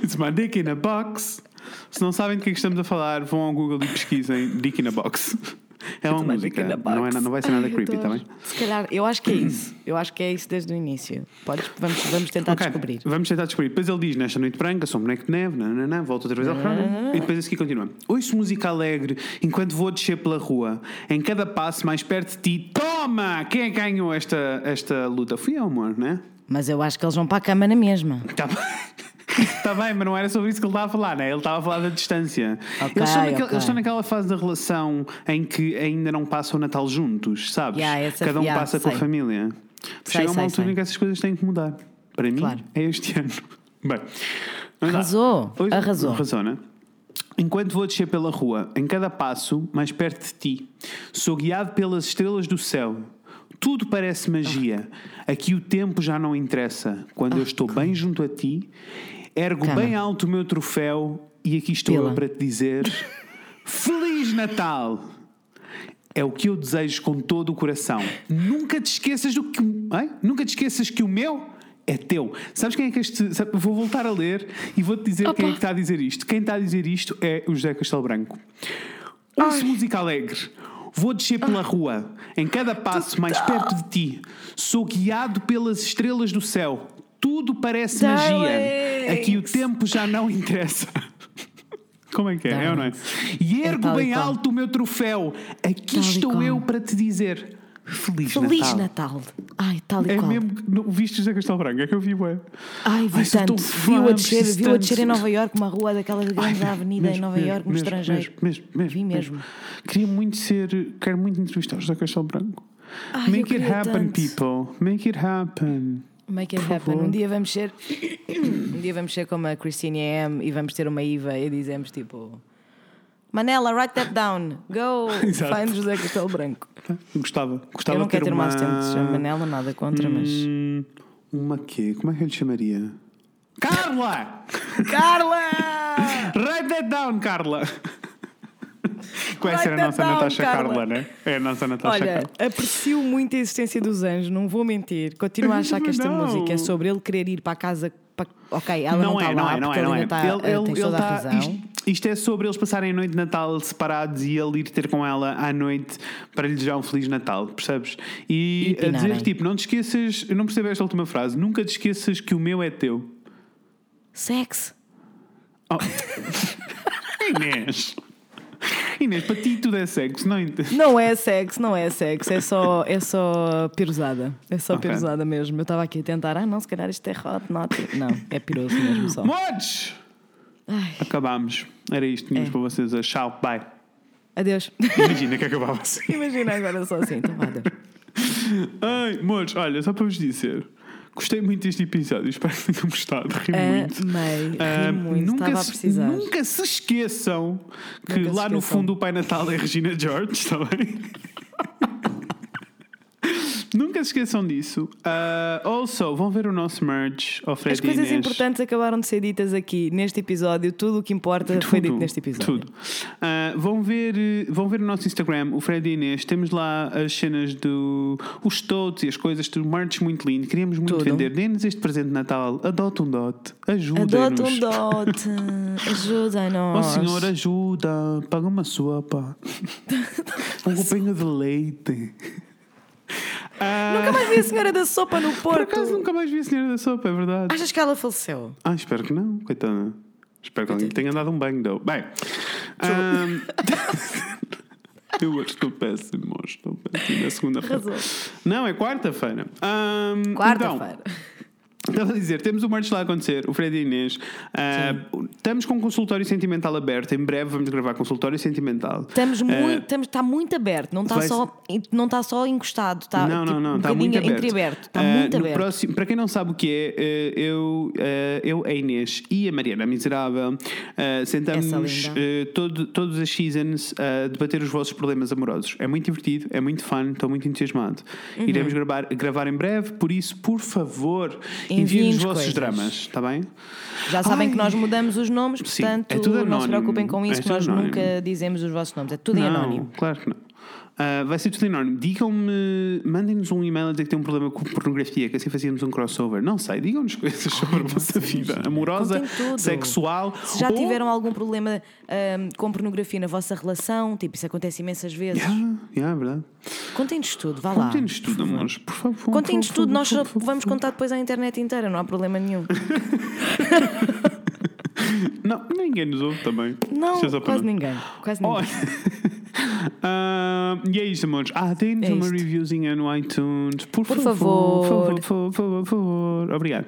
Speaker 1: It's my dick in a box. Se não sabem de que é que estamos a falar, vão ao Google e pesquisem dick in a box. É uma
Speaker 4: my dick
Speaker 1: música.
Speaker 4: in a box.
Speaker 1: Não, é, não vai ser nada creepy, está bem?
Speaker 4: Se calhar, eu acho que é isso. Eu acho que é isso desde o início. Podes, vamos, vamos tentar
Speaker 1: Ok,
Speaker 4: descobrir.
Speaker 1: Vamos tentar descobrir. Depois ele diz: Nesta noite branca, sou um boneco de neve, nananã, volto outra vez ao programa.
Speaker 4: Ah.
Speaker 1: E depois a seguir continua. Ouço música alegre enquanto vou descer pela rua. Em cada passo mais perto de ti, toma! Quem é que ganhou esta, esta luta? Fui eu, amor, né?
Speaker 2: Mas eu acho que eles vão para a cama na mesma.
Speaker 1: Está Tá bem. Tá bem, mas não era sobre isso que ele estava a falar, né? Ele estava a falar da distância.
Speaker 2: Ok,
Speaker 1: eles, estão naquela,
Speaker 2: ok.
Speaker 1: eles estão naquela fase da relação em que ainda não passam o Natal juntos, sabes?
Speaker 2: Yeah, essa-
Speaker 1: Cada um
Speaker 2: yeah,
Speaker 1: passa com a
Speaker 2: sei.
Speaker 1: família.
Speaker 2: Sei,
Speaker 1: Chega uma
Speaker 2: sei,
Speaker 1: altura
Speaker 2: sei.
Speaker 1: em que essas coisas têm que mudar. Para mim,
Speaker 2: Claro.
Speaker 1: é este ano. Bem, vamos lá.
Speaker 2: Arrasou,
Speaker 1: Hoje-
Speaker 2: arrasou.
Speaker 1: Arrasou, né? Enquanto vou descer pela rua, em cada passo, mais perto de ti, sou guiado pelas estrelas do céu. Tudo parece magia. Aqui o tempo já não interessa. Quando eu estou bem junto a ti, ergo
Speaker 2: Calma.
Speaker 1: bem alto o meu troféu e aqui estou
Speaker 2: Pila.
Speaker 1: eu para te dizer: Feliz Natal! É o que eu desejo com todo o coração. Nunca te esqueças do que. Hein? Nunca te esqueças que o meu é teu. Sabes quem é que este. sabe- vou voltar a ler e vou-te dizer quem é que está a dizer isto. Quem está a dizer isto é o José Castelo Branco. Ouço música alegre. Vou descer pela rua, em cada passo mais perto de ti. Sou guiado pelas estrelas do céu. Tudo parece magia. Aqui o tempo já não interessa. Como é que é? É ou não é? E ergo
Speaker 2: tal e
Speaker 1: bem
Speaker 2: qual.
Speaker 1: alto o meu troféu. Aqui
Speaker 2: Tal e
Speaker 1: estou
Speaker 2: qual.
Speaker 1: eu para te dizer Feliz,
Speaker 2: Feliz
Speaker 1: Natal.
Speaker 2: Natal. Ai, tal e
Speaker 1: É
Speaker 2: qual.
Speaker 1: mesmo. que- Não, viste José Castelo Branco? É que eu vi, ué.
Speaker 2: Ai, vi
Speaker 1: sou
Speaker 2: tanto.
Speaker 1: tão fã,
Speaker 2: Viu a descer,
Speaker 1: preciso
Speaker 2: viu a
Speaker 1: tanto.
Speaker 2: descer em Nova Iorque, uma rua daquelas grandes
Speaker 1: Ai,
Speaker 2: avenida em
Speaker 1: mesmo,
Speaker 2: Nova
Speaker 1: mesmo,
Speaker 4: um
Speaker 2: Iorque, no
Speaker 1: mesmo,
Speaker 2: estrangeiro.
Speaker 1: Mesmo, mesmo,
Speaker 2: Vi mesmo.
Speaker 1: Queria muito ser. Quero muito entrevistar o José Castelo Branco.
Speaker 2: Ai, eu
Speaker 1: Make it
Speaker 2: queria
Speaker 1: happen,
Speaker 2: tanto.
Speaker 1: people. Make it happen.
Speaker 4: Make it
Speaker 1: Por
Speaker 4: happen.
Speaker 1: favor.
Speaker 4: Um dia vamos ser. um dia vamos ser como a Christine M e vamos ter uma IVA e dizemos tipo. Manela, write that down. Go
Speaker 1: Exato.
Speaker 4: find José Castelo Branco.
Speaker 1: Ah, Gostava. Gostava
Speaker 4: Eu não
Speaker 1: de ter
Speaker 4: quero ter
Speaker 1: uma
Speaker 4: uma assistente que se
Speaker 2: né?
Speaker 4: chama Manela, nada contra, mas.
Speaker 1: Hum, Uma quê? Como é que eu lhe chamaria? Carla!
Speaker 4: Carla!
Speaker 1: Write that down, Carla! Qual é
Speaker 4: Write
Speaker 1: ser a
Speaker 4: that
Speaker 1: nossa
Speaker 4: down,
Speaker 1: Natasha
Speaker 4: Carla.
Speaker 1: Carla, né? É a nossa Natasha
Speaker 4: Olha,
Speaker 1: Carla.
Speaker 4: aprecio muito a existência dos anjos, não vou mentir. Continuo a achar que esta
Speaker 1: Não.
Speaker 4: música é sobre ele querer ir para a casa
Speaker 5: pa- Ok, ela
Speaker 2: tá
Speaker 5: não, está
Speaker 1: é,
Speaker 5: lá,
Speaker 1: não é, não
Speaker 5: porque
Speaker 1: é, não
Speaker 5: ele
Speaker 1: é.
Speaker 5: ainda
Speaker 2: eh,
Speaker 5: está.
Speaker 1: Ele- ele-
Speaker 5: tens
Speaker 1: ele
Speaker 5: toda
Speaker 1: tá-
Speaker 5: a razão.
Speaker 1: Isto, isto é sobre eles passarem a noite de Natal separados e ele ir ter com ela à noite para lhe desejar um Feliz Natal, percebes?
Speaker 5: E
Speaker 1: E, a dizer
Speaker 5: pinarem.
Speaker 1: tipo, não te esqueças, eu não percebo esta última frase, nunca te esqueças que o meu é teu.
Speaker 5: Sexo.
Speaker 1: Oh. Inês! Inês, para ti tudo é sexo, não entendo.
Speaker 2: Não é sexo, não é sexo, é só, é só pirosada. É só
Speaker 1: Ok.
Speaker 2: pirosada mesmo. Eu estava aqui a tentar, ah não, se calhar isto é hot, not. Não, é piroso mesmo só.
Speaker 1: Modes! Acabámos. Era isto,
Speaker 2: É.
Speaker 1: tínhamos para vocês. hoje. Tchau, bye.
Speaker 2: Adeus.
Speaker 1: Imagina que acabava assim.
Speaker 2: Imagina agora só assim, então vá, adeus.
Speaker 1: Ai, moços, olha, só para vos dizer, gostei muito deste episódio, espero que tenham gostado, ri muito.
Speaker 2: Amei, É, ri
Speaker 1: Ah,
Speaker 2: muito, estava a
Speaker 1: se-
Speaker 2: precisar.
Speaker 1: nunca se esqueçam que
Speaker 2: Nunca se
Speaker 1: lá no
Speaker 2: esqueçam.
Speaker 1: fundo o Pai Natal é Regina George, está bem? nunca se esqueçam disso. Ah, also, vão ver o nosso merch, ao Fred
Speaker 2: As coisas
Speaker 1: e Inês.
Speaker 2: importantes acabaram de ser ditas aqui neste episódio. Tudo o que importa foi dito neste episódio.
Speaker 1: Tudo. Ah, vão, ver, eh, vão ver o nosso Instagram, o Fred e Inês. Temos lá as cenas do. os totes e as coisas, tudo merch muito lindo. Queríamos muito
Speaker 2: Tudo.
Speaker 1: vender. Dê-nos este presente de Natal. Adota um dote. Ajuda-nos.
Speaker 6: Adota um dote.
Speaker 1: Oh,
Speaker 6: Ajuda-nos.
Speaker 1: senhor, ajuda. Paga uma sopa. um copinho de leite. Ah,
Speaker 2: Nunca mais vi a senhora da sopa no
Speaker 1: por
Speaker 2: Porto.
Speaker 1: acaso nunca mais vi a senhora da sopa, é verdade.
Speaker 5: Achas que ela faleceu?
Speaker 1: Ah, espero que não, coitada. Espero que alguém tenha dado um banho, não. Bem. ahm, eu hoje estou péssimo, hoje estou péssimo. É segunda-feira. Não, é quarta-feira. Ahm, então,
Speaker 2: Quarta-feira.
Speaker 1: Estava a dizer, temos o Martes lá a acontecer, o Fred e a Inês. Ah, estamos com o consultório sentimental aberto. Em breve vamos gravar consultório sentimental. Ah,
Speaker 5: Estamos muito.
Speaker 2: Estamos, está muito aberto, não está
Speaker 1: eh, Vai-
Speaker 2: só, não está só encostado, está
Speaker 1: não,
Speaker 2: tipo,
Speaker 1: não, não,
Speaker 2: um
Speaker 1: está muito
Speaker 2: bocadinho
Speaker 1: aberto.
Speaker 2: entreaberto, está
Speaker 1: Ah,
Speaker 2: muito
Speaker 1: no
Speaker 2: aberto.
Speaker 1: próximo- para quem não sabe o que é, eh, eu, eh, eu a Inês e a Mariana a Miserável eh, sentamos
Speaker 2: Essa linda.
Speaker 1: eh, todo- todas as seasons a debater os vossos problemas amorosos. É muito divertido, é muito fun, estou muito entusiasmado.
Speaker 2: Uhum.
Speaker 1: Iremos gravar, gravar em breve, por isso, por favor, enviem os
Speaker 2: Enviem-nos
Speaker 1: vossos
Speaker 2: coisas.
Speaker 1: dramas, está bem?
Speaker 2: Já sabem
Speaker 1: Ai.
Speaker 2: que nós mudamos os nomes,
Speaker 1: Sim,
Speaker 2: portanto,
Speaker 1: é tudo
Speaker 2: não se
Speaker 1: anónimo,
Speaker 2: preocupem com
Speaker 1: é
Speaker 2: isso, que
Speaker 1: tudo
Speaker 2: nós
Speaker 1: anónimo.
Speaker 2: nunca dizemos os vossos nomes, é tudo em
Speaker 1: não,
Speaker 2: anónimo.
Speaker 1: Claro que não. Ah, vai ser tudo enorme. Digam-me, mandem-nos um e-mail a dizer que tem um problema com pornografia, que assim fazíamos um crossover. Não sei, digam-nos coisas sobre a vossa vida amorosa,
Speaker 2: Contem tudo.
Speaker 1: sexual.
Speaker 2: Se já
Speaker 1: ou-
Speaker 2: tiveram algum problema ahm, com pornografia na vossa relação, tipo, isso acontece imensas vezes,
Speaker 1: Yeah, yeah, é verdade.
Speaker 2: contem-nos tudo, vá lá.
Speaker 1: Contem-nos tudo, amores, por favor. por
Speaker 2: Contem-nos
Speaker 1: favor,
Speaker 2: tudo, nós
Speaker 1: por favor,
Speaker 2: vamos
Speaker 1: por favor.
Speaker 2: contar depois à internet inteira, não há problema nenhum.
Speaker 1: Não, ninguém nos ouve também.
Speaker 2: Não,
Speaker 1: Isto é só para
Speaker 2: quase
Speaker 1: nós.
Speaker 2: ninguém. Quase ninguém.
Speaker 1: Olha. Ah, e é isto, amores. Ah, deem-nos
Speaker 2: É
Speaker 1: uma
Speaker 2: isto.
Speaker 1: reviewzinha no iTunes. Por,
Speaker 2: Por
Speaker 1: favor. Por
Speaker 2: favor.
Speaker 1: favor, por favor, por favor. Obrigado.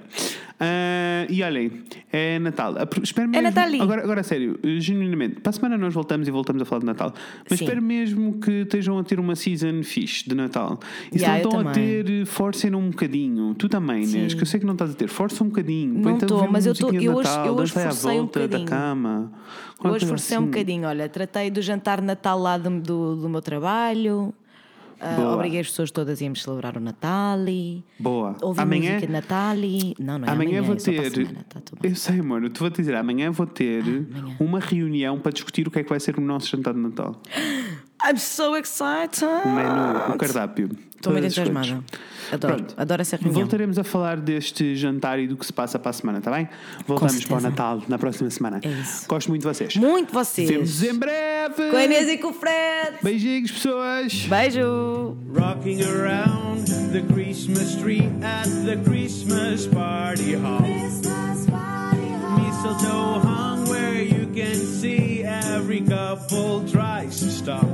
Speaker 1: Ah, e olhem, é Natal. Ah, por- Espero mesmo,
Speaker 2: Natalinho.
Speaker 1: Agora, agora, a sério, eh, genuinamente, para a semana nós voltamos e voltamos a falar de Natal. Mas
Speaker 2: Sim.
Speaker 1: espero mesmo que estejam a ter uma season fixe de Natal. E se
Speaker 2: Yeah,
Speaker 1: não
Speaker 2: eu
Speaker 1: estão a
Speaker 2: também.
Speaker 1: ter, eh, forcem um bocadinho. Tu também, Inês, que eu sei que não estás a ter. Força um bocadinho.
Speaker 2: Não
Speaker 1: Põe-te a
Speaker 2: estou,
Speaker 1: ouvir uma
Speaker 2: mas eu estou-
Speaker 1: musiquinha de
Speaker 2: eu hoje-
Speaker 1: Natal,
Speaker 2: eu hoje
Speaker 1: dança aí à
Speaker 2: forcei um
Speaker 1: volta da
Speaker 2: bocadinho.
Speaker 1: cama. Qualquer
Speaker 2: Hoje
Speaker 1: coisa
Speaker 2: forcei um
Speaker 1: assim.
Speaker 2: bocadinho, olha, tratei do jantar de Natal lá do, do, do meu trabalho, ah,
Speaker 1: Boa.
Speaker 2: obriguei as pessoas todas a irmos celebrar o Natal e
Speaker 1: Boa.
Speaker 2: ouvi
Speaker 1: Amanhã-
Speaker 2: música de Natal e... Não, não é
Speaker 1: Amanhã
Speaker 2: amanhã,
Speaker 1: vou
Speaker 2: é só para a
Speaker 1: ter.
Speaker 2: semana, tá tudo bem. Ah,
Speaker 1: eu sei, amor, eu te vou dizer, amanhã vou ter uma reunião para discutir o que é que vai ser o nosso jantar de Natal.
Speaker 2: I'm so excited!
Speaker 1: O menu, o cardápio.
Speaker 2: Estou muito
Speaker 1: todas as coisas.
Speaker 2: entusiasmada. Adoro,
Speaker 1: Pronto.
Speaker 2: adoro essa reunião.
Speaker 1: Voltaremos a falar deste jantar e do que se passa para a semana, está bem? Voltamos para o
Speaker 2: certeza.
Speaker 1: Natal na próxima semana.
Speaker 2: É isso.
Speaker 1: Gosto muito de vocês.
Speaker 2: Muito vocês!
Speaker 1: Vemos em breve.
Speaker 2: Com a Inês e com o Fred!
Speaker 1: Beijinhos, pessoas.
Speaker 2: Beijo!
Speaker 7: Rocking around the Christmas tree at the Christmas party hall. Mistletoe hung where you can see every couple tries to stop.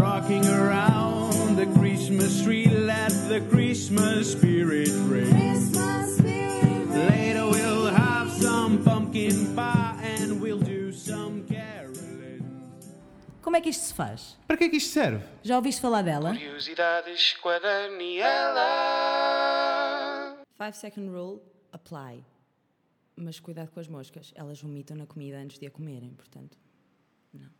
Speaker 7: Rocking around the Christmas tree, let the Christmas spirit ring. Later we'll have some pumpkin pie and we'll do some caroling.
Speaker 8: Como é que isto se faz?
Speaker 9: Para que é que isto serve?
Speaker 8: Já ouviste falar dela?
Speaker 7: Curiosidades com a Daniela.
Speaker 3: 5 second rule, apply. Mas cuidado com as moscas, elas vomitam na comida antes de a comerem, portanto. Não.